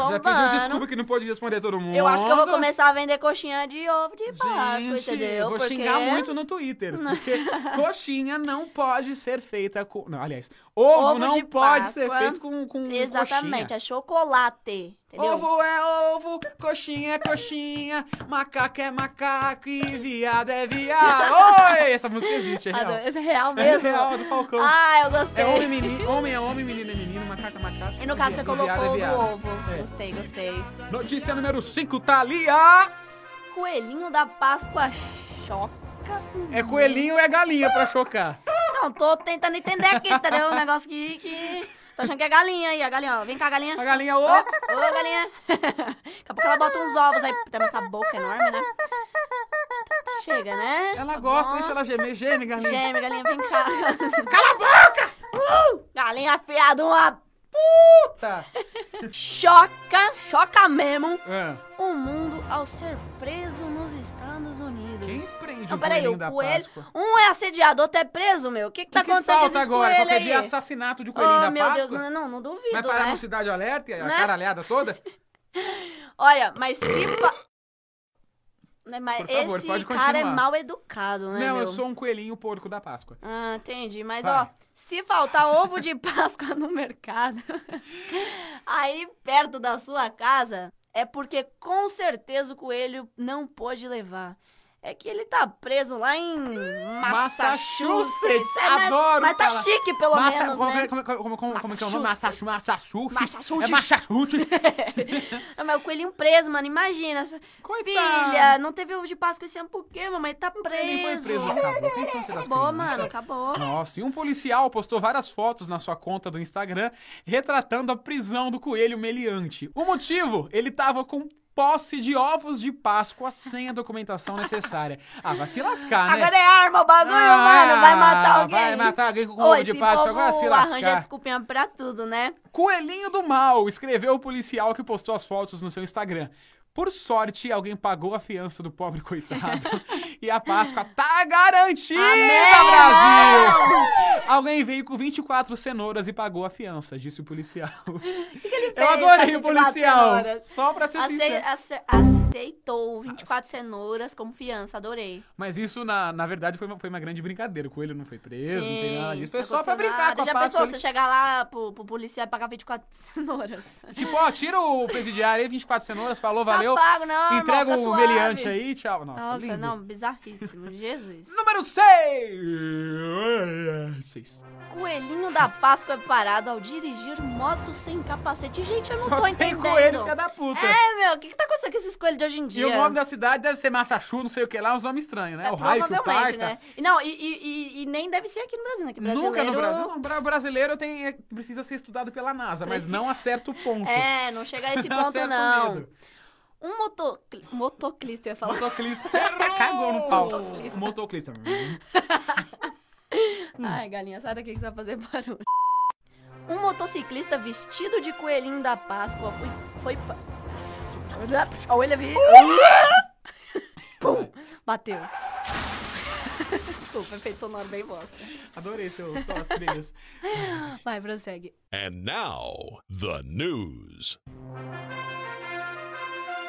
Speaker 2: pediu
Speaker 3: bombando.
Speaker 2: desculpa que não pôde responder todo mundo. né?
Speaker 3: Eu acho que eu vou começar a vender coxinha de ovo de Páscoa,
Speaker 2: Gente,
Speaker 3: entendeu?
Speaker 2: eu vou
Speaker 3: Porque-
Speaker 2: xingar muito no
Speaker 3: *laughs*
Speaker 2: Twitter. Porque coxinha não pode ser feita com. Não, aliás, ovo,
Speaker 3: Ovo
Speaker 2: não
Speaker 3: de
Speaker 2: pode
Speaker 3: Páscoa.
Speaker 2: ser feito com, com
Speaker 3: Exatamente,
Speaker 2: coxinha.
Speaker 3: é chocolate, entendeu?
Speaker 2: Ovo é ovo, coxinha é coxinha, macaco é macaco e viado é viado. Oi! Essa música existe, é real.
Speaker 3: Adoro, Esse é real
Speaker 2: É
Speaker 3: mesmo.
Speaker 2: real, é do Falcão.
Speaker 3: Ah, eu gostei.
Speaker 2: É homem, menino, homem é homem, menino é menino, macaco é macaco.
Speaker 3: E no caso você
Speaker 2: viado é
Speaker 3: colocou o do
Speaker 2: viado.
Speaker 3: ovo.
Speaker 2: É.
Speaker 3: Gostei, gostei.
Speaker 2: Notícia número 5, Thalia!
Speaker 3: Coelhinho da Páscoa choca.
Speaker 2: É coelhinho ou é galinha pra chocar?
Speaker 3: Não, Então, tô tentando entender aqui, entendeu? Um negócio que, que. Tô achando que é galinha aí, a galinha, ó. Vem cá, galinha.
Speaker 2: A galinha, ô!
Speaker 3: Ô, galinha. *laughs* Daqui a pouco ela bota uns ovos aí. Tem essa boca enorme, né? Chega, né?
Speaker 2: Ela
Speaker 3: Tá
Speaker 2: gosta,
Speaker 3: bom.
Speaker 2: deixa ela gemer, geme, galinha.
Speaker 3: Gêmea, galinha,
Speaker 2: *laughs*
Speaker 3: vem cá. Cala a boca! Galinha afiada, uma É.
Speaker 2: Puta!
Speaker 3: choca, choca mesmo,
Speaker 2: Ah,
Speaker 3: o mundo ao ser preso nos Estados Unidos.
Speaker 2: quem prende
Speaker 3: Não,
Speaker 2: o
Speaker 3: peraí,
Speaker 2: coelhinho
Speaker 3: o
Speaker 2: da
Speaker 3: coelho.
Speaker 2: Páscoa?
Speaker 3: Um é assediado, outro é preso, meu. O que, que,
Speaker 2: O
Speaker 3: tá
Speaker 2: que, que
Speaker 3: acontecendo com
Speaker 2: falta
Speaker 3: esses
Speaker 2: agora?
Speaker 3: coelhos
Speaker 2: Qualquer
Speaker 3: aí?
Speaker 2: dia é assassinato de coelhinho
Speaker 3: Oh,
Speaker 2: da
Speaker 3: meu
Speaker 2: Páscoa?
Speaker 3: Deus, não, não duvido,
Speaker 2: Vai parar
Speaker 3: né?
Speaker 2: no Cidade Alerta e a
Speaker 3: Né?
Speaker 2: caralhada
Speaker 3: *laughs*
Speaker 2: toda?
Speaker 3: Olha, mas se... fa- Né, Mas
Speaker 2: Por favor,
Speaker 3: esse
Speaker 2: pode
Speaker 3: cara é
Speaker 2: continuar.
Speaker 3: mal educado, né,
Speaker 2: não,
Speaker 3: meu?
Speaker 2: eu sou um coelhinho porco da Páscoa.
Speaker 3: Ah, entendi. Mas,
Speaker 2: Vai.
Speaker 3: ó, se faltar ovo de *laughs* Páscoa no mercado, *laughs* aí perto da sua casa, é porque com certeza o coelho não pôde levar. é que ele tá preso lá em
Speaker 2: Massachusetts.
Speaker 3: Massachusetts. É, mas-
Speaker 2: Adoro
Speaker 3: Mas tá
Speaker 2: falar.
Speaker 3: chique, pelo
Speaker 2: Massa-
Speaker 3: menos,
Speaker 2: como,
Speaker 3: né?
Speaker 2: como, como, como, como é que é o nome? Massachusetts.
Speaker 3: Massachusetts.
Speaker 2: Massachusetts. É
Speaker 3: Massachusetts.
Speaker 2: Massachusetts.
Speaker 3: Ah, mas o coelhinho preso, mano, imagina.
Speaker 2: Coitado.
Speaker 3: Filha, não teve ovo de Páscoa esse ano por quê, mamãe? Tá preso.
Speaker 2: Ele foi preso, acabou. Quem foi das
Speaker 3: Acabou,
Speaker 2: crianças?
Speaker 3: mano, acabou.
Speaker 2: Nossa, e um policial postou várias fotos na sua conta do Instagram retratando a prisão do coelho meliante. O motivo? Ele tava com posse de ovos de Páscoa sem a documentação necessária. Ah, vai se lascar, né?
Speaker 3: Agora é arma o bagulho,
Speaker 2: Ah,
Speaker 3: mano. Vai matar alguém.
Speaker 2: Vai matar alguém com um
Speaker 3: Ô,
Speaker 2: ovo de
Speaker 3: esse
Speaker 2: Páscoa,
Speaker 3: povo
Speaker 2: agora se
Speaker 3: arranja
Speaker 2: lascar.
Speaker 3: desculpinha pra tudo, né?
Speaker 2: Coelhinho do mal, escreveu o policial que postou as fotos no seu Instagram. Por sorte, alguém pagou a fiança do pobre
Speaker 3: *laughs*
Speaker 2: coitado. e a Páscoa tá garantida, Brasil! Alguém veio com 24 cenouras e pagou a fiança, disse o
Speaker 3: *laughs*
Speaker 2: policial. Eu
Speaker 3: fez
Speaker 2: adorei
Speaker 3: com
Speaker 2: o
Speaker 3: 24
Speaker 2: policial.
Speaker 3: cenouras?
Speaker 2: Só pra ser
Speaker 3: Acei-
Speaker 2: sincero.
Speaker 3: ace- aceitou 24 cenouras como fiança, adorei.
Speaker 2: Mas isso, na, na verdade, foi uma, foi uma grande brincadeira. O coelho não foi preso, não tem nada disso. Foi
Speaker 3: não
Speaker 2: só pra
Speaker 3: aconteceu
Speaker 2: brincar
Speaker 3: nada.
Speaker 2: com a
Speaker 3: Já
Speaker 2: Páscoa.
Speaker 3: pensou, você chegar lá pro, pro policial e pagar 24 *laughs* cenouras?
Speaker 2: Tipo, ó, tira o presidiário aí, 24 cenouras, falou, valeu.
Speaker 3: Tá pago, não, irmão,
Speaker 2: Entrega
Speaker 3: fica
Speaker 2: o
Speaker 3: suave.
Speaker 2: meliante aí, tchau. Nossa,
Speaker 3: Nossa,
Speaker 2: lindo.
Speaker 3: não, bizarríssimo. Jesus. *laughs*
Speaker 2: Número 6.
Speaker 3: Coelhinho da Páscoa é parado ao dirigir moto sem capacete. Gente, eu não tô
Speaker 2: Só tem
Speaker 3: entendendo.
Speaker 2: coelho, filha da puta.
Speaker 3: É, meu, o que, que tá acontecendo com esses coelhos de hoje em dia?
Speaker 2: E o nome da cidade deve ser Massachusetts, não sei o que lá, uns nomes estranhos, né?
Speaker 3: É,
Speaker 2: o raio que o parta.
Speaker 3: provavelmente, né? E Não, e, e- e- e nem deve ser aqui no Brasil, né? Que
Speaker 2: Nunca é no
Speaker 3: brasileiro-
Speaker 2: Brasil. Não, bra- brasileiro tem, é, precisa ser estudado pela NASA, mas não a certo ponto. *laughs*
Speaker 3: É, não chega a esse
Speaker 2: Não
Speaker 3: ponto,
Speaker 2: acerta o
Speaker 3: não.
Speaker 2: medo.
Speaker 3: Um motocli... motoclista, eu ia
Speaker 2: *laughs*
Speaker 3: falar.
Speaker 2: Motoclista. Cagou no pau.
Speaker 3: Motoclista.
Speaker 2: Motoclista.
Speaker 3: Ai, galinha, sai daqui que você vai fazer barulho. Um motociclista vestido de coelhinho da Páscoa foi. foi pa-
Speaker 2: *laughs*
Speaker 3: Olha, vi. Pum! Bateu. *laughs* Desculpa, efeito sonoro bem bosta.
Speaker 2: Adorei seu, suas trilhas.
Speaker 3: Vai, prossegue.
Speaker 5: And now, the news.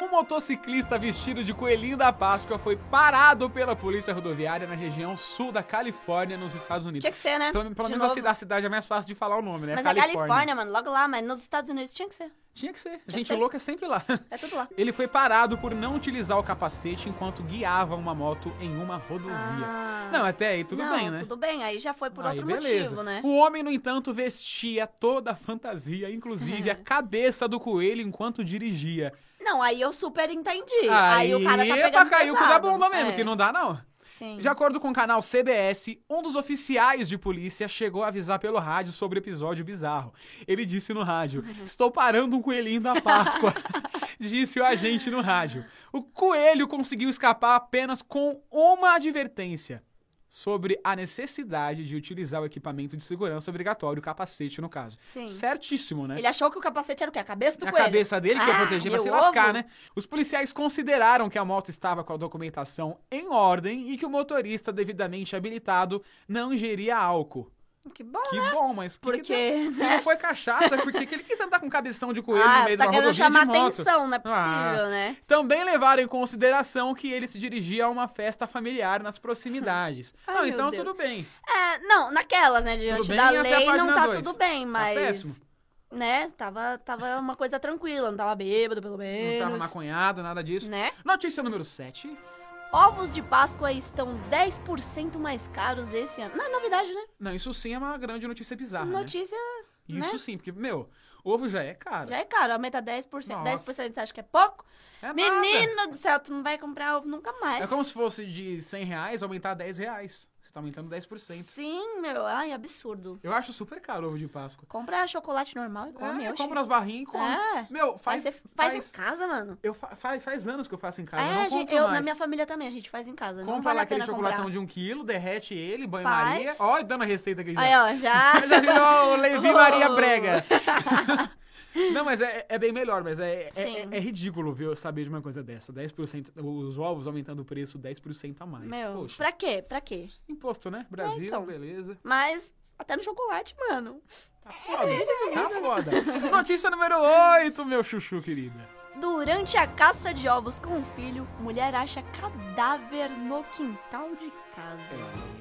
Speaker 2: Um motociclista vestido de coelhinho da Páscoa foi parado pela polícia rodoviária na região sul da Califórnia, nos Estados Unidos.
Speaker 3: Tinha que ser, né?
Speaker 2: Pelo, pelo
Speaker 3: De
Speaker 2: menos a
Speaker 3: novo.
Speaker 2: cidade, a cidade é mais fácil de falar o nome, né?
Speaker 3: Mas a Califórnia, mano, logo lá, mas nos Estados Unidos tinha que ser.
Speaker 2: Tinha que ser. Gente,
Speaker 3: ser.
Speaker 2: o louco é sempre lá. *laughs*
Speaker 3: É tudo lá.
Speaker 2: Ele foi parado por não utilizar o capacete enquanto guiava uma moto em uma rodovia.
Speaker 3: Ah.
Speaker 2: Não, até aí tudo
Speaker 3: Não,
Speaker 2: bem, né?
Speaker 3: Tudo bem, aí já foi por
Speaker 2: Aí,
Speaker 3: outro
Speaker 2: beleza.
Speaker 3: motivo, né?
Speaker 2: O homem, no entanto, vestia toda a fantasia, inclusive
Speaker 3: *laughs*
Speaker 2: a cabeça do coelho enquanto dirigia.
Speaker 3: Não, aí eu super entendi. Aí, o cara tá
Speaker 2: epa,
Speaker 3: pegando
Speaker 2: caiu com o da
Speaker 3: pesado.
Speaker 2: bunda mesmo,
Speaker 3: É,
Speaker 2: que não dá não.
Speaker 3: Sim.
Speaker 2: De acordo com o canal CBS, um dos oficiais de polícia chegou a avisar pelo rádio sobre o episódio bizarro. Ele disse no rádio: Estou parando um coelhinho da Páscoa. *laughs* disse o agente no rádio. O coelho conseguiu escapar apenas com uma advertência. Sobre a necessidade de utilizar o equipamento de segurança obrigatório, o capacete, no caso.
Speaker 3: Sim.
Speaker 2: Certíssimo, né?
Speaker 3: Ele achou que o capacete era o quê? A cabeça do
Speaker 2: Na
Speaker 3: coelho?
Speaker 2: cabeça dele, que ia
Speaker 3: Ah,
Speaker 2: proteger pra
Speaker 3: meu
Speaker 2: se lascar,
Speaker 3: ovo.
Speaker 2: né? Os policiais consideraram que a moto estava com a documentação em ordem e que o motorista devidamente habilitado não ingeria álcool.
Speaker 3: Que bom.
Speaker 2: Que bom, mas que
Speaker 3: Porque,
Speaker 2: que
Speaker 3: *laughs*
Speaker 2: deu- se
Speaker 3: né?
Speaker 2: não foi cachaça, por que que ele quis andar com cabeção de coelho no
Speaker 3: ah,
Speaker 2: meio
Speaker 3: tá
Speaker 2: da
Speaker 3: querendo
Speaker 2: rodovia de
Speaker 3: chamar
Speaker 2: moto?
Speaker 3: atenção, não é possível,
Speaker 2: Ah.
Speaker 3: né?
Speaker 2: Também levaram em consideração que ele se dirigia a uma festa familiar nas proximidades.
Speaker 3: *laughs* Ai,
Speaker 2: não,
Speaker 3: meu
Speaker 2: então
Speaker 3: Deus.
Speaker 2: tudo bem.
Speaker 3: É, não, naquelas, né? Diante
Speaker 2: bem
Speaker 3: da
Speaker 2: até a
Speaker 3: lei
Speaker 2: página
Speaker 3: não tá
Speaker 2: dois.
Speaker 3: tudo bem, mas.
Speaker 2: péssimo.
Speaker 3: né? Tava, tava uma coisa tranquila, não tava bêbado, pelo
Speaker 2: Não
Speaker 3: menos.
Speaker 2: tava maconhado, nada disso.
Speaker 3: Né?
Speaker 2: Notícia número 7.
Speaker 3: Ovos de Páscoa estão 10% mais caros esse ano. Não é novidade, né?
Speaker 2: Não, isso sim é uma grande notícia bizarra, né?
Speaker 3: Notícia
Speaker 2: Isso sim, porque, meu, ovo já é caro.
Speaker 3: já é caro, aumenta 10%.
Speaker 2: Nossa.
Speaker 3: 10% você acha que é pouco?
Speaker 2: É
Speaker 3: Menino
Speaker 2: nada.
Speaker 3: do céu, tu não vai comprar ovo nunca mais.
Speaker 2: É como se fosse de 100 reais aumentar 10 reais. Você tá aumentando 10%.
Speaker 3: Sim, meu. Ai, absurdo.
Speaker 2: Eu acho super caro ovo de Páscoa.
Speaker 3: Compra chocolate normal e come.
Speaker 2: é,
Speaker 3: eu
Speaker 2: compra as barrinhas e come.
Speaker 3: É.
Speaker 2: Meu,
Speaker 3: Faz,
Speaker 2: faz.
Speaker 3: faz, faz em casa, mano.
Speaker 2: eu fa- faz, faz anos que eu faço em casa. eu
Speaker 3: é,
Speaker 2: não
Speaker 3: gente,
Speaker 2: compro
Speaker 3: eu,
Speaker 2: mais.
Speaker 3: na minha família também, a gente faz em casa. não
Speaker 2: Compra
Speaker 3: vale
Speaker 2: lá
Speaker 3: a pena
Speaker 2: aquele chocolatão
Speaker 3: comprar.
Speaker 2: de 1 kg, derrete ele, banho-maria.
Speaker 3: Faz.
Speaker 2: Olha, dando a receita aqui já. *laughs*
Speaker 3: Aí, ó, já.
Speaker 2: Já virou o Levi Maria
Speaker 3: Oh.
Speaker 2: Brega. *laughs* Não, mas é, é bem melhor, mas é, é-
Speaker 3: Sim.
Speaker 2: é ridículo ver, saber de uma coisa dessa. 10%, os ovos aumentando o preço 10% a mais.
Speaker 3: Meu,
Speaker 2: Poxa,
Speaker 3: pra quê? Pra quê?
Speaker 2: imposto, né? Brasil,
Speaker 3: então.
Speaker 2: beleza.
Speaker 3: Mas até no chocolate, mano.
Speaker 2: Tá
Speaker 3: *laughs*
Speaker 2: foda. tá foda. Notícia número 8, meu chuchu querida.
Speaker 3: Durante a caça de ovos com o filho, mulher acha cadáver no quintal de casa.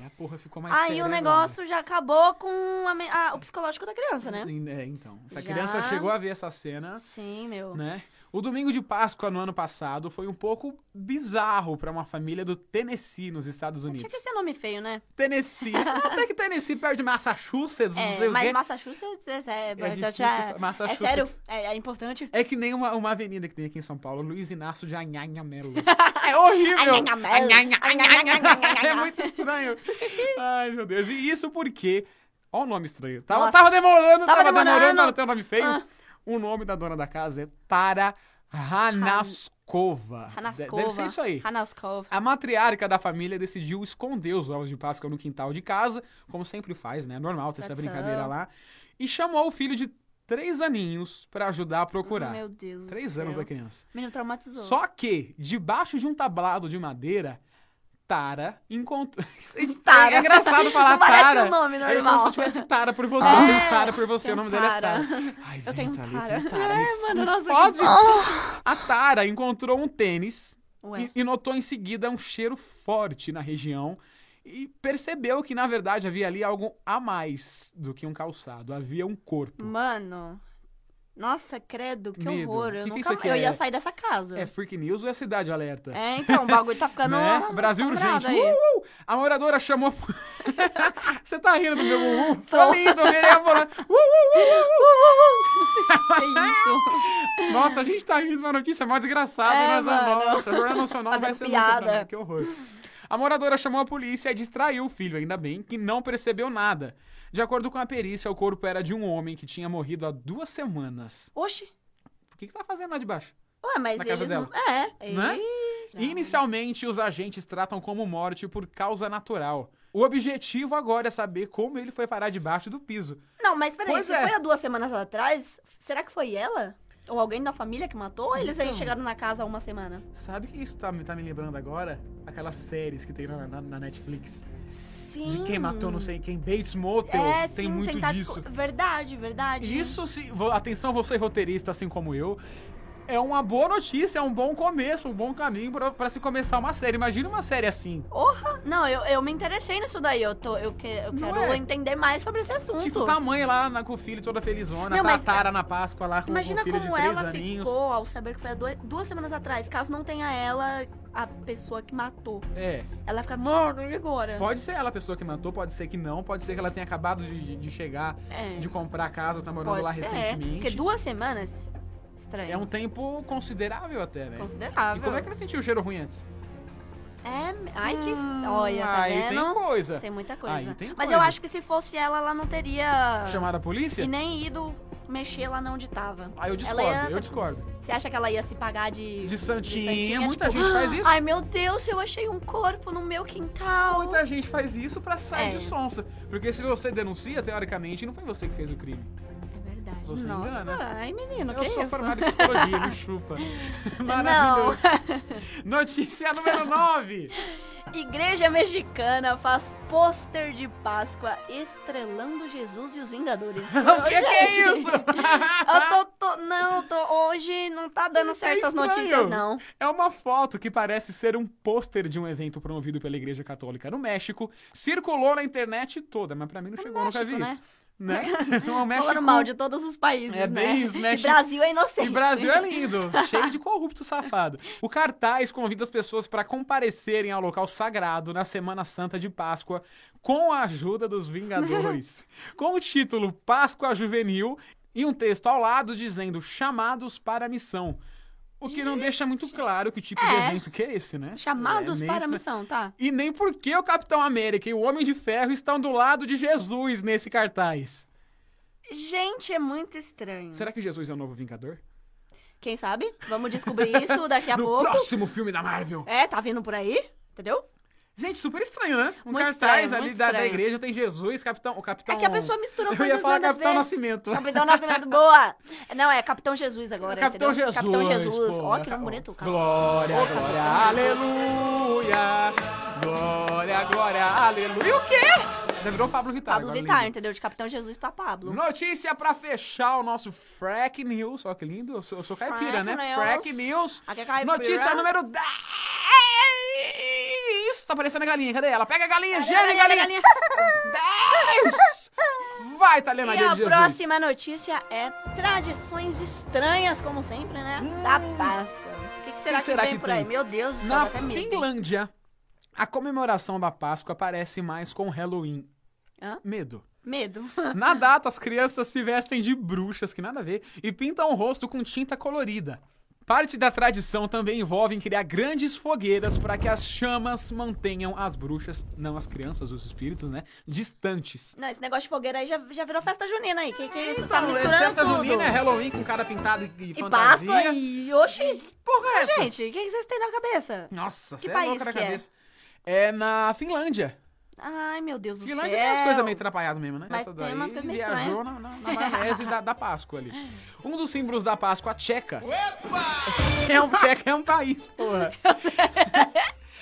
Speaker 2: É, a porra ficou mais
Speaker 3: Aí
Speaker 2: séria
Speaker 3: o
Speaker 2: agora.
Speaker 3: negócio já acabou com a me- a- o psicológico da criança, né?
Speaker 2: É, então. Se a
Speaker 3: Já.
Speaker 2: criança chegou a ver essa cena,
Speaker 3: Sim, meu.
Speaker 2: né? O domingo de Páscoa no ano passado foi um pouco bizarro pra uma família do Tennessee, nos Estados
Speaker 3: Tinha
Speaker 2: Unidos.
Speaker 3: é que ser nome feio, né? *laughs*
Speaker 2: Tennessee. Até que Tennessee perto de Massachusetts, não
Speaker 3: É,
Speaker 2: sei o
Speaker 3: mas
Speaker 2: quê.
Speaker 3: Massachusetts é, é, é,
Speaker 2: difícil,
Speaker 3: é
Speaker 2: Massachusetts.
Speaker 3: sério, é, é importante.
Speaker 2: É que nem uma, uma avenida que tem aqui em São Paulo, Luiz Inácio de
Speaker 3: *laughs*
Speaker 2: Anhanhamelo. é horrível!
Speaker 3: Anhanhamelo.
Speaker 2: Anhanha- Anhanha- é muito estranho. Ai, meu Deus. E isso porque... Olha o nome estranho. Tava,
Speaker 3: Nossa.
Speaker 2: tava demorando, tava,
Speaker 3: Tava
Speaker 2: demorando,
Speaker 3: demorando.
Speaker 2: pra não ter um nome feio.
Speaker 3: Ah.
Speaker 2: O nome da dona da casa é Tara Hanaskova.
Speaker 3: Hanascova.
Speaker 2: Deve ser isso aí.
Speaker 3: Hanascova.
Speaker 2: A matriarca da família decidiu esconder os ovos de Páscoa no quintal de casa, como sempre faz, né? Normal ter essa
Speaker 3: Tradição.
Speaker 2: brincadeira lá. E chamou o filho de três aninhos pra ajudar a procurar.
Speaker 3: Meu Deus. do
Speaker 2: Três anos
Speaker 3: céu.
Speaker 2: da criança.
Speaker 3: Menino traumatizou.
Speaker 2: Só que, debaixo de um tablado de madeira, Tara *laughs* encontrou.
Speaker 3: Tara.
Speaker 2: É engraçado falar
Speaker 3: Não *laughs* parece
Speaker 2: Tara.
Speaker 3: um nome
Speaker 2: É como se
Speaker 3: normal.
Speaker 2: eu tivesse Tara por você.
Speaker 3: É,
Speaker 2: eu tenho *laughs* Tara por você.
Speaker 3: tem
Speaker 2: O nome
Speaker 3: um
Speaker 2: dela é Tara.
Speaker 3: Tara.
Speaker 2: Ai, vem,
Speaker 3: Eu tenho um
Speaker 2: Thalita,
Speaker 3: Tara.
Speaker 2: um Tara. me-
Speaker 3: *laughs* É, mano,
Speaker 2: me
Speaker 3: nossa, que
Speaker 2: fode.
Speaker 3: dó.
Speaker 2: A Tara encontrou um tênis
Speaker 3: Ué.
Speaker 2: e, e notou em seguida um cheiro forte na região e percebeu que, na verdade, havia ali algo a mais do que um calçado. Havia um corpo.
Speaker 3: Mano. Nossa, credo, que
Speaker 2: Medo.
Speaker 3: horror.
Speaker 2: Que
Speaker 3: Eu
Speaker 2: que
Speaker 3: nunca
Speaker 2: isso aqui
Speaker 3: eu
Speaker 2: é?
Speaker 3: ia sair dessa casa.
Speaker 2: É freak news ou é cidade alerta?
Speaker 3: É, então, o bagulho tá ficando.
Speaker 2: Né? Brasil
Speaker 3: assombrado
Speaker 2: urgente. Uh!
Speaker 3: aí.
Speaker 2: Uhul! A moradora chamou.
Speaker 3: *laughs*
Speaker 2: Você tá rindo do meu uhul? Tô lindo, virei a Uh! bola. Uhul, uhul,
Speaker 3: Que isso?
Speaker 2: uhul. Nossa, a gente tá rindo de uma notícia mó desgraçada.
Speaker 3: É,
Speaker 2: nós
Speaker 3: mano.
Speaker 2: Nossa, a jornal nacional vai
Speaker 3: Fazendo
Speaker 2: ser muito
Speaker 3: piada.
Speaker 2: pra mim, Que horror. A moradora chamou a polícia e distraiu o filho, ainda bem, que não percebeu nada. De acordo com a perícia, o corpo era de um homem que tinha morrido há duas semanas.
Speaker 3: Oxi.
Speaker 2: O que, que tá fazendo lá de baixo?
Speaker 3: Ué, mas
Speaker 2: Na
Speaker 3: eles.
Speaker 2: casa dela.
Speaker 3: não- É.
Speaker 2: Né?
Speaker 3: Eita.
Speaker 2: Inicialmente, os agentes tratam como morte por causa natural. O objetivo agora é saber como ele foi parar debaixo do piso.
Speaker 3: Não, mas peraí,
Speaker 2: Pois
Speaker 3: se
Speaker 2: é.
Speaker 3: foi há duas semanas atrás, será que foi ela? Ou alguém da família que matou? Ou eles
Speaker 2: Então.
Speaker 3: aí chegaram na casa há uma semana?
Speaker 2: Sabe que isso tá, me- tá me lembrando agora? Aquelas séries que tem na, na- na Netflix.
Speaker 3: Sim.
Speaker 2: De quem matou não sei quem. Bates Motel.
Speaker 3: É,
Speaker 2: tem
Speaker 3: sim,
Speaker 2: muito
Speaker 3: tentar
Speaker 2: disso.
Speaker 3: desco- Verdade, verdade.
Speaker 2: Isso se. vo- Atenção, você roteirista, assim como eu. É uma boa notícia, é um bom começo, um bom caminho pra pra se começar uma série. Imagina uma série assim.
Speaker 3: Não, eu, eu me interessei nisso daí. Eu, tô, eu, que- eu
Speaker 2: Não
Speaker 3: quero
Speaker 2: é?
Speaker 3: entender mais sobre esse assunto.
Speaker 2: Tipo, tá a mãe lá na- com o filho toda felizona,
Speaker 3: Não,
Speaker 2: tá a
Speaker 3: mas- é,
Speaker 2: Tara na Páscoa lá com
Speaker 3: Imagina
Speaker 2: o filho
Speaker 3: como
Speaker 2: de três
Speaker 3: ela
Speaker 2: aninhos.
Speaker 3: ficou ao saber que foi há doi- duas semanas atrás. Caso não tenha ela, a pessoa que matou.
Speaker 2: É.
Speaker 3: Ela fica, mano, e agora?
Speaker 2: Pode ser ela a pessoa que matou, pode ser que não, pode ser que ela tenha acabado de, de- de chegar,
Speaker 3: É.
Speaker 2: de comprar a casa, tá morando
Speaker 3: Pode
Speaker 2: lá
Speaker 3: ser, é,
Speaker 2: recentemente.
Speaker 3: Porque duas semanas, estranho.
Speaker 2: É um tempo considerável até, né? E
Speaker 3: Considerável.
Speaker 2: como é que ela sentiu o cheiro ruim antes?
Speaker 3: É, ai que... Olha, tá
Speaker 2: Hum, Aí tem
Speaker 3: vendo?
Speaker 2: coisa.
Speaker 3: Tem muita coisa.
Speaker 2: Aí tem
Speaker 3: Mas
Speaker 2: coisa.
Speaker 3: eu acho que se fosse ela, ela não teria...
Speaker 2: Chamaram a polícia?
Speaker 3: E nem ido mexer lá onde tava.
Speaker 2: Aí eu discordo,
Speaker 3: Ela é ia-
Speaker 2: eu discordo.
Speaker 3: Você acha que ela ia se pagar de...
Speaker 2: De santinha,
Speaker 3: santinha,
Speaker 2: muita
Speaker 3: tipo,
Speaker 2: gente
Speaker 3: *gasps*
Speaker 2: faz isso.
Speaker 3: Ai, meu Deus, eu achei um corpo no meu quintal.
Speaker 2: Muita gente faz isso pra sair
Speaker 3: É.
Speaker 2: de sonsa. Porque se você denuncia, teoricamente, não foi você que fez o crime.
Speaker 3: É verdade.
Speaker 2: Você
Speaker 3: Nossa,
Speaker 2: engana.
Speaker 3: ai, menino,
Speaker 2: eu
Speaker 3: que
Speaker 2: sou
Speaker 3: isso?
Speaker 2: formado em psicologia,
Speaker 3: *laughs*
Speaker 2: me chupa. Maravilhoso. Notícia número
Speaker 3: *laughs*
Speaker 2: 9.
Speaker 3: Igreja mexicana faz pôster de Páscoa estrelando Jesus e os Vingadores.
Speaker 2: *laughs* O que, que é isso?
Speaker 3: Eu tô, tô- não, tô, hoje não tá dando
Speaker 2: Tá
Speaker 3: certo essas
Speaker 2: estranho.
Speaker 3: notícias, não.
Speaker 2: É uma foto que parece ser um pôster de um evento promovido pela Igreja Católica no México. Circulou na internet toda, mas pra mim não chegou, nunca vi
Speaker 3: México,
Speaker 2: isso. Né?
Speaker 3: *laughs*
Speaker 2: Não, o México...
Speaker 3: Falando mal de todos os países,
Speaker 2: É
Speaker 3: né?
Speaker 2: bem isso, México-
Speaker 3: E Brasil é inocente.
Speaker 2: E Brasil é lindo, cheio de corrupto safado. O cartaz convida as pessoas para comparecerem ao local sagrado na Semana Santa de Páscoa com a ajuda dos
Speaker 3: *laughs*
Speaker 2: Vingadores. com o título Páscoa Juvenil e um texto ao lado dizendo chamados para a missão. O que não deixa muito claro que tipo de
Speaker 3: É.
Speaker 2: evento que é esse, né?
Speaker 3: Chamados
Speaker 2: É, meio
Speaker 3: para
Speaker 2: estra-
Speaker 3: a missão, tá?
Speaker 2: E nem por que o Capitão América e o Homem de Ferro estão do lado de Jesus nesse cartaz.
Speaker 3: Gente, é muito estranho.
Speaker 2: Será que Jesus é o novo Vingador?
Speaker 3: Quem sabe? Vamos descobrir isso daqui
Speaker 2: *laughs*
Speaker 3: a
Speaker 2: no
Speaker 3: pouco.
Speaker 2: próximo filme da Marvel.
Speaker 3: É, tá vindo por aí, entendeu?
Speaker 2: Gente, super estranho, né? Um
Speaker 3: Muito
Speaker 2: cartaz
Speaker 3: estranho,
Speaker 2: ali
Speaker 3: muito
Speaker 2: da, da
Speaker 3: estranho.
Speaker 2: igreja tem Jesus, capitão. O capitão.
Speaker 3: É que a pessoa
Speaker 2: *laughs*
Speaker 3: misturou
Speaker 2: Eu ia
Speaker 3: coisas
Speaker 2: falar
Speaker 3: nada a
Speaker 2: Capitão
Speaker 3: ver. Tá
Speaker 2: Nascimento.
Speaker 3: Capitão Nascimento, boa! Não, é Capitão Jesus
Speaker 2: *laughs*
Speaker 3: agora,
Speaker 2: Capitão
Speaker 3: entendeu?
Speaker 2: Jesus.
Speaker 3: Capitão Jesus.
Speaker 2: pô.
Speaker 3: Ó, que nome bonito. cara.
Speaker 2: Glória,
Speaker 3: Ô, Capitão
Speaker 2: glória,
Speaker 3: Jesus.
Speaker 2: aleluia. Glória, glória, aleluia. E o quê? Já virou Pablo Vittar.
Speaker 3: Pablo
Speaker 2: agora
Speaker 3: Vittar, então.
Speaker 2: lindo.
Speaker 3: entendeu? De Capitão Jesus pra Pablo.
Speaker 2: Notícia pra fechar o nosso Frack News. Ó, que lindo. Eu sou, eu sou caipira,
Speaker 3: Frack
Speaker 2: né?
Speaker 3: News.
Speaker 2: Frack News.
Speaker 3: Aqui é caipira.
Speaker 2: Notícia número 10. Tá aparecendo a galinha. Cadê ela? Pega a galinha,
Speaker 3: Cadê a
Speaker 2: geme,
Speaker 3: galinha,
Speaker 2: galinha.
Speaker 3: galinha?
Speaker 2: 10! Vai, Italiana
Speaker 3: E
Speaker 2: Guia
Speaker 3: a
Speaker 2: de Jesus.
Speaker 3: próxima notícia é tradições estranhas, como sempre, né? Da Páscoa. O que, que será que,
Speaker 2: será
Speaker 3: vem
Speaker 2: Hum. que
Speaker 3: por
Speaker 2: tem?
Speaker 3: aí? Meu Deus do céu, dá
Speaker 2: Na
Speaker 3: até medo.
Speaker 2: Finlândia, a comemoração da Páscoa parece mais com Halloween.
Speaker 3: Hã?
Speaker 2: Medo.
Speaker 3: Medo. *laughs*
Speaker 2: Na data, as crianças se vestem de bruxas, que nada a ver, e pintam o rosto com tinta colorida. Parte da tradição também envolve em criar grandes fogueiras para que as chamas mantenham as bruxas, não as crianças, os espíritos, né? Distantes.
Speaker 3: Não, esse negócio de fogueira aí já, já virou festa junina aí. Que que é isso? tá
Speaker 2: Então, é
Speaker 3: misturando
Speaker 2: festa
Speaker 3: tudo.
Speaker 2: junina é Halloween com cara pintado e,
Speaker 3: E
Speaker 2: fantasia.
Speaker 3: Páscoa e... Oxi, que
Speaker 2: Porra, é essa?
Speaker 3: gente, o que, que vocês têm na cabeça?
Speaker 2: Nossa,
Speaker 3: Que
Speaker 2: você é
Speaker 3: país
Speaker 2: louca da
Speaker 3: que é?
Speaker 2: cabeça. É? na Finlândia.
Speaker 3: Ai, meu Deus do
Speaker 2: Finlândia
Speaker 3: céu.
Speaker 2: tem umas coisas meio atrapalhadas mesmo, né?
Speaker 3: Mas tem umas coisas meio
Speaker 2: viajou na, na, na maionese da, da Páscoa ali. Um dos símbolos da Páscoa, a tcheca. *laughs* É um, tcheca é um país,
Speaker 3: *laughs*
Speaker 2: porra.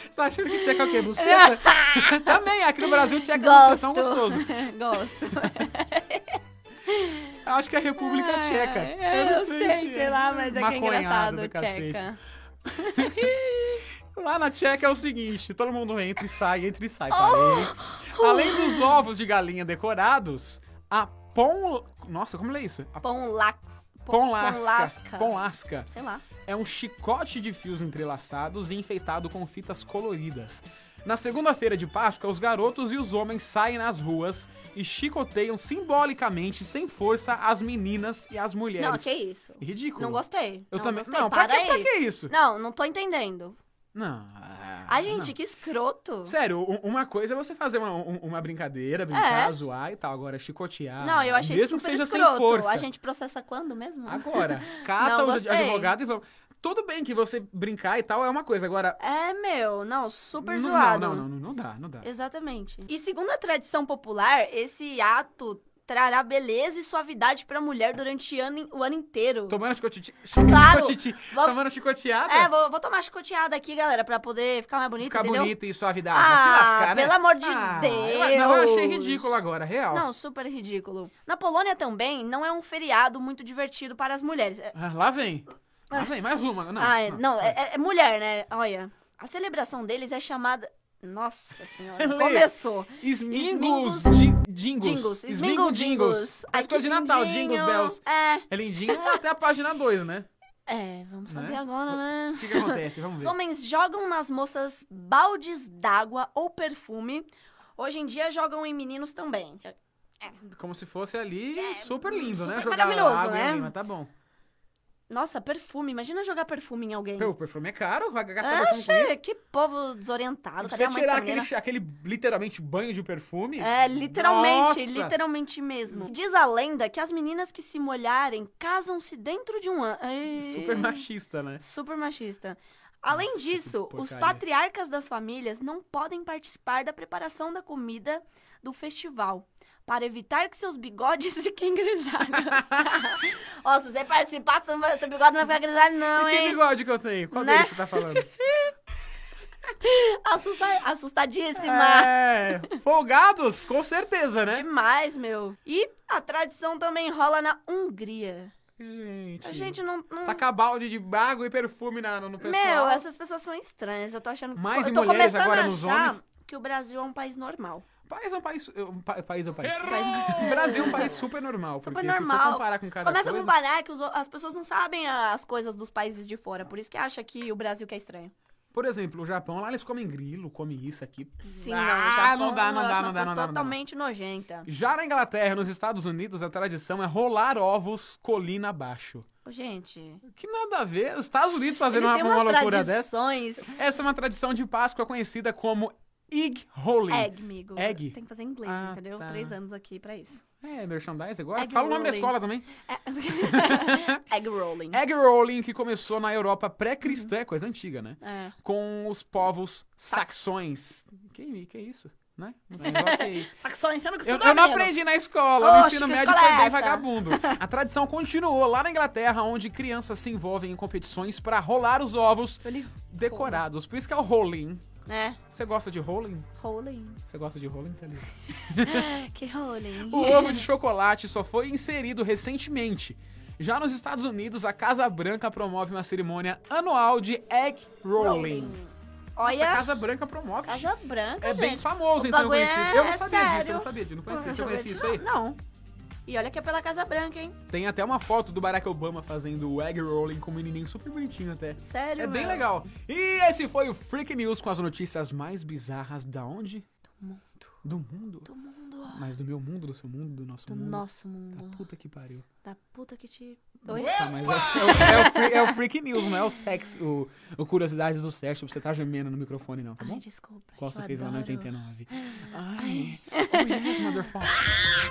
Speaker 2: Você tá achando que tcheca é o quê? Buceta?
Speaker 3: *laughs*
Speaker 2: Também, aqui no Brasil tcheca é
Speaker 3: Gosto.
Speaker 2: buceta, é um gostoso.
Speaker 3: *laughs* Gosto.
Speaker 2: Acho que é a *laughs* República Tcheca.
Speaker 3: É, eu, sei, sei, lá, mas é que é
Speaker 2: Maconhada
Speaker 3: engraçado,
Speaker 2: do cacete.
Speaker 3: tcheca.
Speaker 2: Lá na Tcheca é o seguinte: todo mundo entra e sai, entra e
Speaker 3: Oh!
Speaker 2: sai. parei.
Speaker 3: Uh!
Speaker 2: Além dos ovos de galinha decorados, a pon. Nossa, como é isso? A
Speaker 3: Pão lax.
Speaker 2: pon
Speaker 3: Pão
Speaker 2: lasca.
Speaker 3: lasca.
Speaker 2: Pon lasca
Speaker 3: Sei lá.
Speaker 2: é um chicote de fios entrelaçados e enfeitado com fitas coloridas. Na segunda-feira de Páscoa, os garotos e os homens saem nas ruas e chicoteiam simbolicamente, sem força, as meninas e as mulheres.
Speaker 3: Não, que é isso.
Speaker 2: Ridículo.
Speaker 3: Não gostei.
Speaker 2: Eu também.
Speaker 3: Gostei.
Speaker 2: Não, pra
Speaker 3: para
Speaker 2: que, pra
Speaker 3: aí.
Speaker 2: que isso?
Speaker 3: Não, não tô entendendo.
Speaker 2: Não. ah,
Speaker 3: Ai, gente, que escroto.
Speaker 2: Sério, u- uma coisa é você fazer uma, um- uma brincadeira, brincar,
Speaker 3: É.
Speaker 2: zoar e tal. Agora, chicotear.
Speaker 3: Não, eu achei
Speaker 2: Mesmo
Speaker 3: super
Speaker 2: que seja
Speaker 3: escroto.
Speaker 2: sem força.
Speaker 3: A gente processa quando mesmo? *laughs*
Speaker 2: Agora, cata
Speaker 3: Não,
Speaker 2: os
Speaker 3: gostei.
Speaker 2: advogados e vamos. Tudo bem que você brincar e tal é uma coisa. Agora.
Speaker 3: É, meu, não, super
Speaker 2: não,
Speaker 3: zoado.
Speaker 2: Não, não, não, não dá, não dá.
Speaker 3: Exatamente. E segundo a tradição popular, esse ato trará beleza e suavidade pra mulher durante ano, o ano inteiro.
Speaker 2: Tomando chicote...
Speaker 3: Claro.
Speaker 2: chicotiti.
Speaker 3: Vamos-
Speaker 2: Tomando chicoteada.
Speaker 3: É, vou, vou tomar chicoteada aqui, galera, pra poder ficar mais bonita,
Speaker 2: Ficar
Speaker 3: entendeu?
Speaker 2: bonita e suavidade.
Speaker 3: Ah,
Speaker 2: se lascar, né?
Speaker 3: pelo amor de
Speaker 2: Ah, eu- Não, eu achei
Speaker 3: Deus.
Speaker 2: ridículo agora, real.
Speaker 3: Não, super ridículo. Na Polônia também não é um feriado muito divertido para as mulheres. É-
Speaker 2: Ah, lá vem. Lá vem, mais uma. Não,
Speaker 3: ah, é-
Speaker 2: não.
Speaker 3: não, é, é- é mulher, né? Olha, a celebração deles é chamada. Nossa
Speaker 2: *laughs*
Speaker 3: senhora,
Speaker 2: Lê.
Speaker 3: começou.
Speaker 2: Esmingos,
Speaker 3: Esmingos-
Speaker 2: din- dingos.
Speaker 3: Dingos,
Speaker 2: Esmingo
Speaker 3: esmingo
Speaker 2: dingos.
Speaker 3: dingos. Ai,
Speaker 2: As coisas de
Speaker 3: que
Speaker 2: Natal,
Speaker 3: lindinho.
Speaker 2: dingos, bells.
Speaker 3: É,
Speaker 2: É lindinho *laughs* até a página 2, né?
Speaker 3: é, vamos saber
Speaker 2: Né?
Speaker 3: agora, né?
Speaker 2: O que, que acontece? Vamos
Speaker 3: Os
Speaker 2: ver.
Speaker 3: homens jogam nas moças baldes d'água ou perfume. Hoje em dia jogam em meninos também.
Speaker 2: Como se fosse ali super lindo,
Speaker 3: É, super
Speaker 2: né? Jogar
Speaker 3: maravilhoso,
Speaker 2: água em
Speaker 3: né?
Speaker 2: alguém, mas tá bom.
Speaker 3: Nossa, perfume. Imagina jogar perfume em alguém.
Speaker 2: Pô, o perfume é caro, vai gastar perfume com
Speaker 3: Acha,
Speaker 2: isso.
Speaker 3: que povo desorientado.
Speaker 2: Pra
Speaker 3: Ah, Cadê
Speaker 2: você
Speaker 3: a mãe dessa
Speaker 2: tirar
Speaker 3: menina?
Speaker 2: aquele, aquele, literalmente, banho de perfume?
Speaker 3: É, literalmente,
Speaker 2: Nossa!
Speaker 3: literalmente mesmo. Diz a lenda que as meninas que se molharem casam-se dentro de um ano.
Speaker 2: Super machista, né?
Speaker 3: Super machista. Além
Speaker 2: Nossa, que
Speaker 3: disso, os
Speaker 2: porcaria.
Speaker 3: patriarcas das famílias não podem participar da preparação da comida do festival. Para evitar que seus bigodes *laughs*
Speaker 2: *laughs*
Speaker 3: fiquem grisalhos. Ó, se você participar, tu não vai- teu bigode não vai ficar grisalho, não,
Speaker 2: e que
Speaker 3: hein?
Speaker 2: bigode que eu tenho? Qual
Speaker 3: Né?
Speaker 2: deles você tá falando?
Speaker 3: *laughs* Assusta- assustadíssima.
Speaker 2: é... Folgados, com certeza, né?
Speaker 3: Demais, meu. E a tradição também rola na Hungria. A
Speaker 2: Gente...
Speaker 3: gente não. não-
Speaker 2: Tacar balde de água e perfume na, no pessoal.
Speaker 3: Meu, essas pessoas são estranhas. Eu tô achando que.
Speaker 2: Mais
Speaker 3: eu
Speaker 2: em
Speaker 3: tô
Speaker 2: mulheres,
Speaker 3: começando
Speaker 2: agora
Speaker 3: a
Speaker 2: nos
Speaker 3: achar
Speaker 2: homens?
Speaker 3: que o Brasil é um país normal.
Speaker 2: País é um país. é um pa- País é um país.
Speaker 3: País-
Speaker 2: O Brasil é um país super normal.
Speaker 3: Super
Speaker 2: porque Se for
Speaker 3: normal.
Speaker 2: comparar com cada
Speaker 3: Começa a
Speaker 2: coisa.
Speaker 3: comparar que os- as pessoas não sabem as coisas dos países de fora. Por isso que acha que o Brasil que é estranho.
Speaker 2: Por exemplo, o Japão, lá eles comem grilo, comem isso aqui.
Speaker 3: Sim,
Speaker 2: Ah,
Speaker 3: não. O Japão
Speaker 2: não dá, não dá,
Speaker 3: é uma
Speaker 2: não dá, não
Speaker 3: coisa
Speaker 2: dá, não dá.
Speaker 3: Totalmente nojenta.
Speaker 2: Já na Inglaterra, nos Estados Unidos, a tradição é rolar ovos colina abaixo.
Speaker 3: Ô, Gente,
Speaker 2: Que nada a ver. Os Estados Unidos fazendo
Speaker 3: eles
Speaker 2: uma,
Speaker 3: têm
Speaker 2: uma
Speaker 3: umas
Speaker 2: loucura dessa.
Speaker 3: tradições.
Speaker 2: Essa é uma tradição de Páscoa conhecida como egg rolling.
Speaker 3: Egg, amigo.
Speaker 2: Egg?
Speaker 3: Tem que fazer em inglês,
Speaker 2: Ah,
Speaker 3: entendeu?
Speaker 2: tá.
Speaker 3: Três anos aqui pra isso.
Speaker 2: É, merchandise agora.
Speaker 3: Egg
Speaker 2: Fala o nome da
Speaker 3: rolling.
Speaker 2: escola também.
Speaker 3: É. *laughs* Egg rolling.
Speaker 2: Egg rolling, que começou na Europa
Speaker 3: Uhum.
Speaker 2: pré-cristã, coisa antiga, né?
Speaker 3: É.
Speaker 2: com os povos saxões. Que, que isso,
Speaker 3: *laughs*
Speaker 2: né? Um negócio que-
Speaker 3: Saxões, você não
Speaker 2: Eu,
Speaker 3: estudou,
Speaker 2: eu não
Speaker 3: menino?
Speaker 2: aprendi na escola, o
Speaker 3: Oxe,
Speaker 2: ensino
Speaker 3: que
Speaker 2: médio
Speaker 3: escola
Speaker 2: foi
Speaker 3: é
Speaker 2: bem
Speaker 3: essa? *laughs*
Speaker 2: vagabundo. A tradição continuou lá na Inglaterra, onde crianças se envolvem em competições para rolar os ovos
Speaker 3: Eu li
Speaker 2: decorados. Por isso que é o rolling.
Speaker 3: É,
Speaker 2: Você gosta de rolling?
Speaker 3: rolling.
Speaker 2: Você gosta de rolling, tá ali?
Speaker 3: Que rolling. *laughs*
Speaker 2: O ovo de chocolate só foi inserido recentemente. Já nos Estados Unidos, a Casa Branca promove uma cerimônia anual de egg rolling. Nossa, a
Speaker 3: Olha,
Speaker 2: Casa Branca promove.
Speaker 3: Casa Branca,
Speaker 2: É
Speaker 3: gente.
Speaker 2: bem famoso,
Speaker 3: O
Speaker 2: então eu
Speaker 3: bagulho
Speaker 2: conheci.
Speaker 3: é-
Speaker 2: Eu não
Speaker 3: é
Speaker 2: sabia disso, eu
Speaker 3: sério.
Speaker 2: não sabia disso, não conhecia.
Speaker 3: Deixa
Speaker 2: Você
Speaker 3: eu ver
Speaker 2: conhecia
Speaker 3: aqui.
Speaker 2: isso aí?
Speaker 3: Não. E olha que é pela Casa Branca, hein?
Speaker 2: Tem até uma foto do Barack Obama fazendo o egg rolling com um menininho super bonitinho até.
Speaker 3: Sério,
Speaker 2: É bem
Speaker 3: meu?
Speaker 2: legal. E esse foi o Freak News com as notícias mais bizarras da onde?
Speaker 3: Do mundo,
Speaker 2: Do mundo.
Speaker 3: do mundo, ó,
Speaker 2: Mas do meu mundo, do seu mundo, do nosso
Speaker 3: do
Speaker 2: mundo.
Speaker 3: nosso mundo.
Speaker 2: Tá puta que pariu.
Speaker 3: Da puta que te... Oi?
Speaker 2: Tá, mas é, é o, é o freak, é o Freak News, não é o sexo, o, o curiosidades do sexo, pra você tá gemendo no microfone não, tá bom?
Speaker 3: Ai, desculpa.
Speaker 2: Qual
Speaker 3: eu
Speaker 2: você fez lá no
Speaker 3: adoro.
Speaker 2: 89? Ai, oh yes, motherfucker.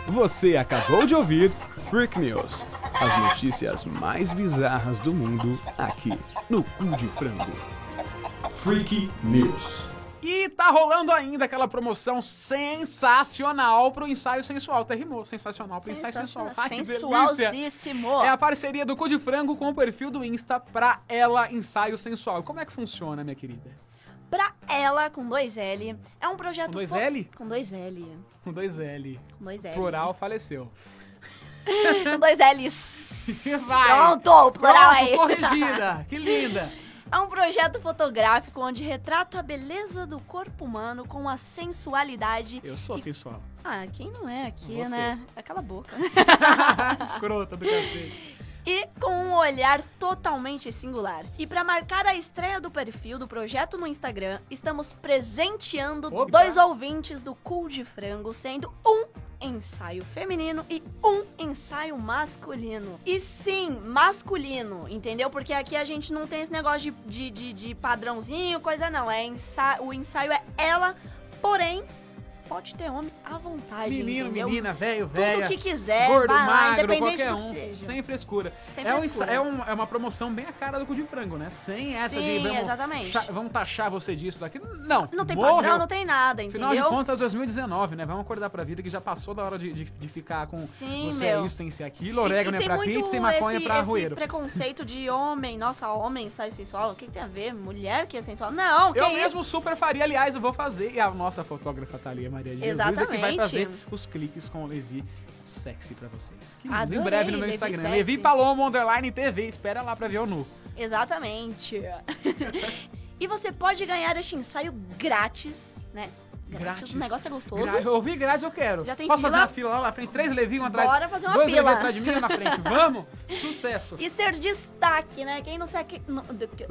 Speaker 4: Você acabou de ouvir Freak News. As notícias mais bizarras do mundo aqui no Cu de Frango. Freak News.
Speaker 2: E tá rolando ainda aquela promoção sensacional pro ensaio sensual. Até rimou. Sensacional pro ensaio sensual. Ai, que delícia.
Speaker 3: Sensualzíssimo.
Speaker 2: É a parceria do Cu de Frango com o perfil do Insta pra ela ensaio sensual. Como é que funciona, minha querida?
Speaker 3: Pra ela, com dois L. É um projeto...
Speaker 2: Com dois
Speaker 3: fo-
Speaker 2: L?
Speaker 3: Com dois L.
Speaker 2: Com dois L.
Speaker 3: Com dois L.
Speaker 2: Plural faleceu.
Speaker 3: Com dois L's.
Speaker 2: *laughs* Vai.
Speaker 3: Pronto, plural
Speaker 2: Pronto,
Speaker 3: aí.
Speaker 2: corrigida. Que linda.
Speaker 3: É um projeto fotográfico onde retrata a beleza do corpo humano com a
Speaker 2: *laughs*
Speaker 3: sensualidade.
Speaker 2: Eu sou assim sensual.
Speaker 3: Ah, quem não é aqui,
Speaker 2: Você.
Speaker 3: né? Aquela boca.
Speaker 2: Ah, Escrota do cacete.
Speaker 3: e com um olhar totalmente singular. E pra marcar a estreia do perfil do projeto no Instagram, estamos presenteando
Speaker 2: Opa!
Speaker 3: dois ouvintes do Cool de Frango, sendo um ensaio feminino e um ensaio masculino. E sim, masculino, entendeu? Porque aqui a gente não tem esse negócio de, de, de- de padrãozinho, coisa não. É ensa o ensaio é ela, porém... Pode ter homem à vontade,
Speaker 2: Menino,
Speaker 3: entendeu?
Speaker 2: menina, velho, velho.
Speaker 3: Tudo que quiser,
Speaker 2: Gordo,
Speaker 3: vai lá,
Speaker 2: magro,
Speaker 3: independente
Speaker 2: qualquer
Speaker 3: do que
Speaker 2: um.
Speaker 3: seja.
Speaker 2: Sem frescura.
Speaker 3: Sem
Speaker 2: é, um ensa-
Speaker 3: frescura.
Speaker 2: é um- é uma promoção bem a cara do cu de frango, né? Sem essa de
Speaker 3: Sim,
Speaker 2: vamos,
Speaker 3: exatamente.
Speaker 2: cha- vamos taxar você disso daqui. Não.
Speaker 3: Não tem
Speaker 2: morreu.
Speaker 3: padrão, não tem nada, entendeu?
Speaker 2: Afinal de contas, 2019, né? Vamos acordar pra vida que já passou da hora de, de- de ficar com
Speaker 3: Sim,
Speaker 2: você é
Speaker 3: meu.
Speaker 2: isso, tem isso e aquilo, orégano é
Speaker 3: tem
Speaker 2: pra
Speaker 3: muito
Speaker 2: pizza e maconha é
Speaker 3: esse,
Speaker 2: pra
Speaker 3: esse
Speaker 2: arroeiro.
Speaker 3: preconceito de homem, nossa, homem sai sensual, o que, que tem a ver? Mulher que é sensual? Não, que
Speaker 2: Eu
Speaker 3: isso?
Speaker 2: mesmo super faria, aliás, eu vou fazer. E a nossa fotógrafa tá ali, a Maria de Jesus, é que vai
Speaker 3: Exatamente.
Speaker 2: fazer os cliques com o Levi sexy pra vocês. Que lindo.
Speaker 3: Adorei,
Speaker 2: Em breve no meu
Speaker 3: Levi
Speaker 2: Instagram.
Speaker 3: sexy.
Speaker 2: Levi Palomo Underline TV, espera lá pra ver o nu.
Speaker 3: Exatamente. *laughs* e você pode ganhar este ensaio grátis, né?
Speaker 2: Grátis.
Speaker 3: O negócio é gostoso.
Speaker 2: Gra- Eu ouvi grátis, eu quero.
Speaker 3: Já tem
Speaker 2: Posso
Speaker 3: fila?
Speaker 2: fazer uma fila lá na frente? Três Levi, um atrás.
Speaker 3: Bora fazer uma
Speaker 2: dois
Speaker 3: fila.
Speaker 2: Levi atrás de mim, um na
Speaker 3: *laughs*
Speaker 2: frente. Vamos? Sucesso.
Speaker 3: E ser destaque, né? Quem não sabe... não- do- que-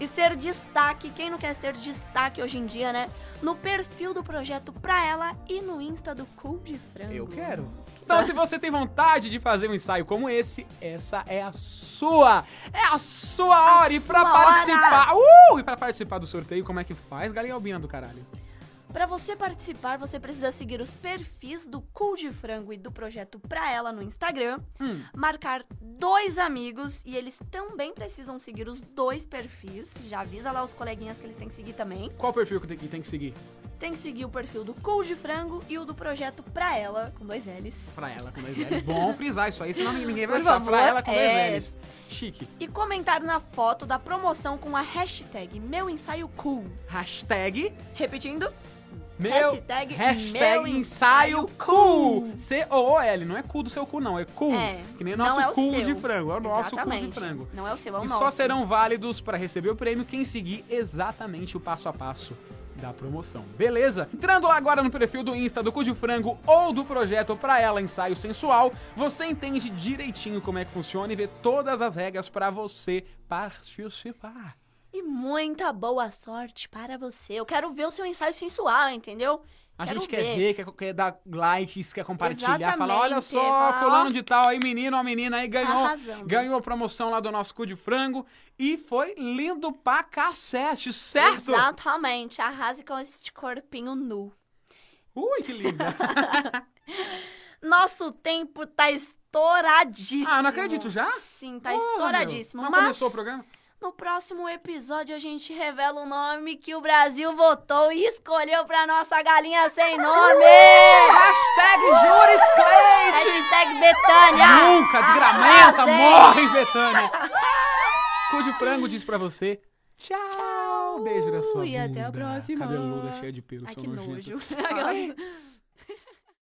Speaker 3: E ser destaque, quem não quer ser destaque hoje em dia, né? No perfil do projeto pra ela e no Insta do Cool de Frango.
Speaker 2: Eu quero. Então, se você tem vontade de fazer um ensaio como esse, essa é a sua! É a sua
Speaker 3: A
Speaker 2: hora! E pra
Speaker 3: sua
Speaker 2: participar. Uh! E pra participar do sorteio, como é que faz, galinha albina do caralho?
Speaker 3: Para você participar, você precisa seguir os perfis do Cool de Frango e do Projeto Pra Ela no Instagram,
Speaker 2: Hum.
Speaker 3: marcar dois amigos e eles também precisam seguir os dois perfis. Já avisa lá os coleguinhas que eles têm que seguir também.
Speaker 2: Qual perfil que tem que, tem que seguir?
Speaker 3: Tem que seguir o perfil do Cool de Frango e o do Projeto Pra Ela, com dois L's.
Speaker 2: Pra ela com dois L's. Bom frisar isso aí, senão ninguém vai
Speaker 3: Por
Speaker 2: achar.
Speaker 3: favor,
Speaker 2: Pra ela com
Speaker 3: é.
Speaker 2: dois L's. Chique.
Speaker 3: E comentar na foto da promoção com a hashtag Meu Ensaio Cool.
Speaker 2: Hashtag
Speaker 3: Repetindo,
Speaker 2: Meu,
Speaker 3: Hashtag meu ensaio
Speaker 2: ensaio cool. C-O-O-L. Não é cu do seu cu, não. É cool.
Speaker 3: É,
Speaker 2: Que nem
Speaker 3: não
Speaker 2: nosso
Speaker 3: é o
Speaker 2: cu
Speaker 3: seu.
Speaker 2: de frango. É o nosso cu de
Speaker 3: Exatamente.
Speaker 2: frango.
Speaker 3: Não é o seu, é o
Speaker 2: e
Speaker 3: nosso.
Speaker 2: só serão válidos para receber o prêmio quem seguir exatamente o passo a passo da promoção. Beleza? Entrando lá agora no perfil do Insta do Cu de Frango ou do projeto Pra Ela Ensaio Sensual, você entende direitinho como é que funciona e vê todas as regras para você participar.
Speaker 3: E muita boa sorte para você. Eu quero ver o seu ensaio sensual, entendeu?
Speaker 2: A
Speaker 3: Quero
Speaker 2: gente quer ver, quer, quer dar likes, quer compartilhar, falar,
Speaker 3: Exatamente,
Speaker 2: olha só,
Speaker 3: falar, ó, Tá
Speaker 2: fulano de tal aí, menino ou menina aí ganhou,
Speaker 3: arrasando.
Speaker 2: ganhou a promoção lá do nosso cu de frango e foi lindo pra cacete, certo?
Speaker 3: Exatamente. Arrase com este corpinho nu.
Speaker 2: Ui, que linda.
Speaker 3: Nosso tempo tá estouradíssimo.
Speaker 2: Ah, não acredito, já?
Speaker 3: Sim, tá
Speaker 2: Porra,
Speaker 3: estouradíssimo.
Speaker 2: meu. Não
Speaker 3: Mas
Speaker 2: começou o programa?
Speaker 3: no próximo episódio a gente revela o nome que o Brasil votou e escolheu pra nossa
Speaker 2: *laughs*
Speaker 3: galinha sem nome.
Speaker 2: Hashtag Júris Cleide!
Speaker 3: Hashtag Betânia.
Speaker 2: Nunca, desgramenta,
Speaker 3: Arrasei!
Speaker 2: morre, Betânia! Cu de frango diz pra você, tchau. Beijo na sua
Speaker 3: E até a
Speaker 2: bunda,
Speaker 3: próxima.
Speaker 2: Cabeluda, cheia de pelo,
Speaker 3: Ai,
Speaker 2: seu
Speaker 3: que *laughs*
Speaker 2: nojento.
Speaker 3: nojo.
Speaker 2: Ai.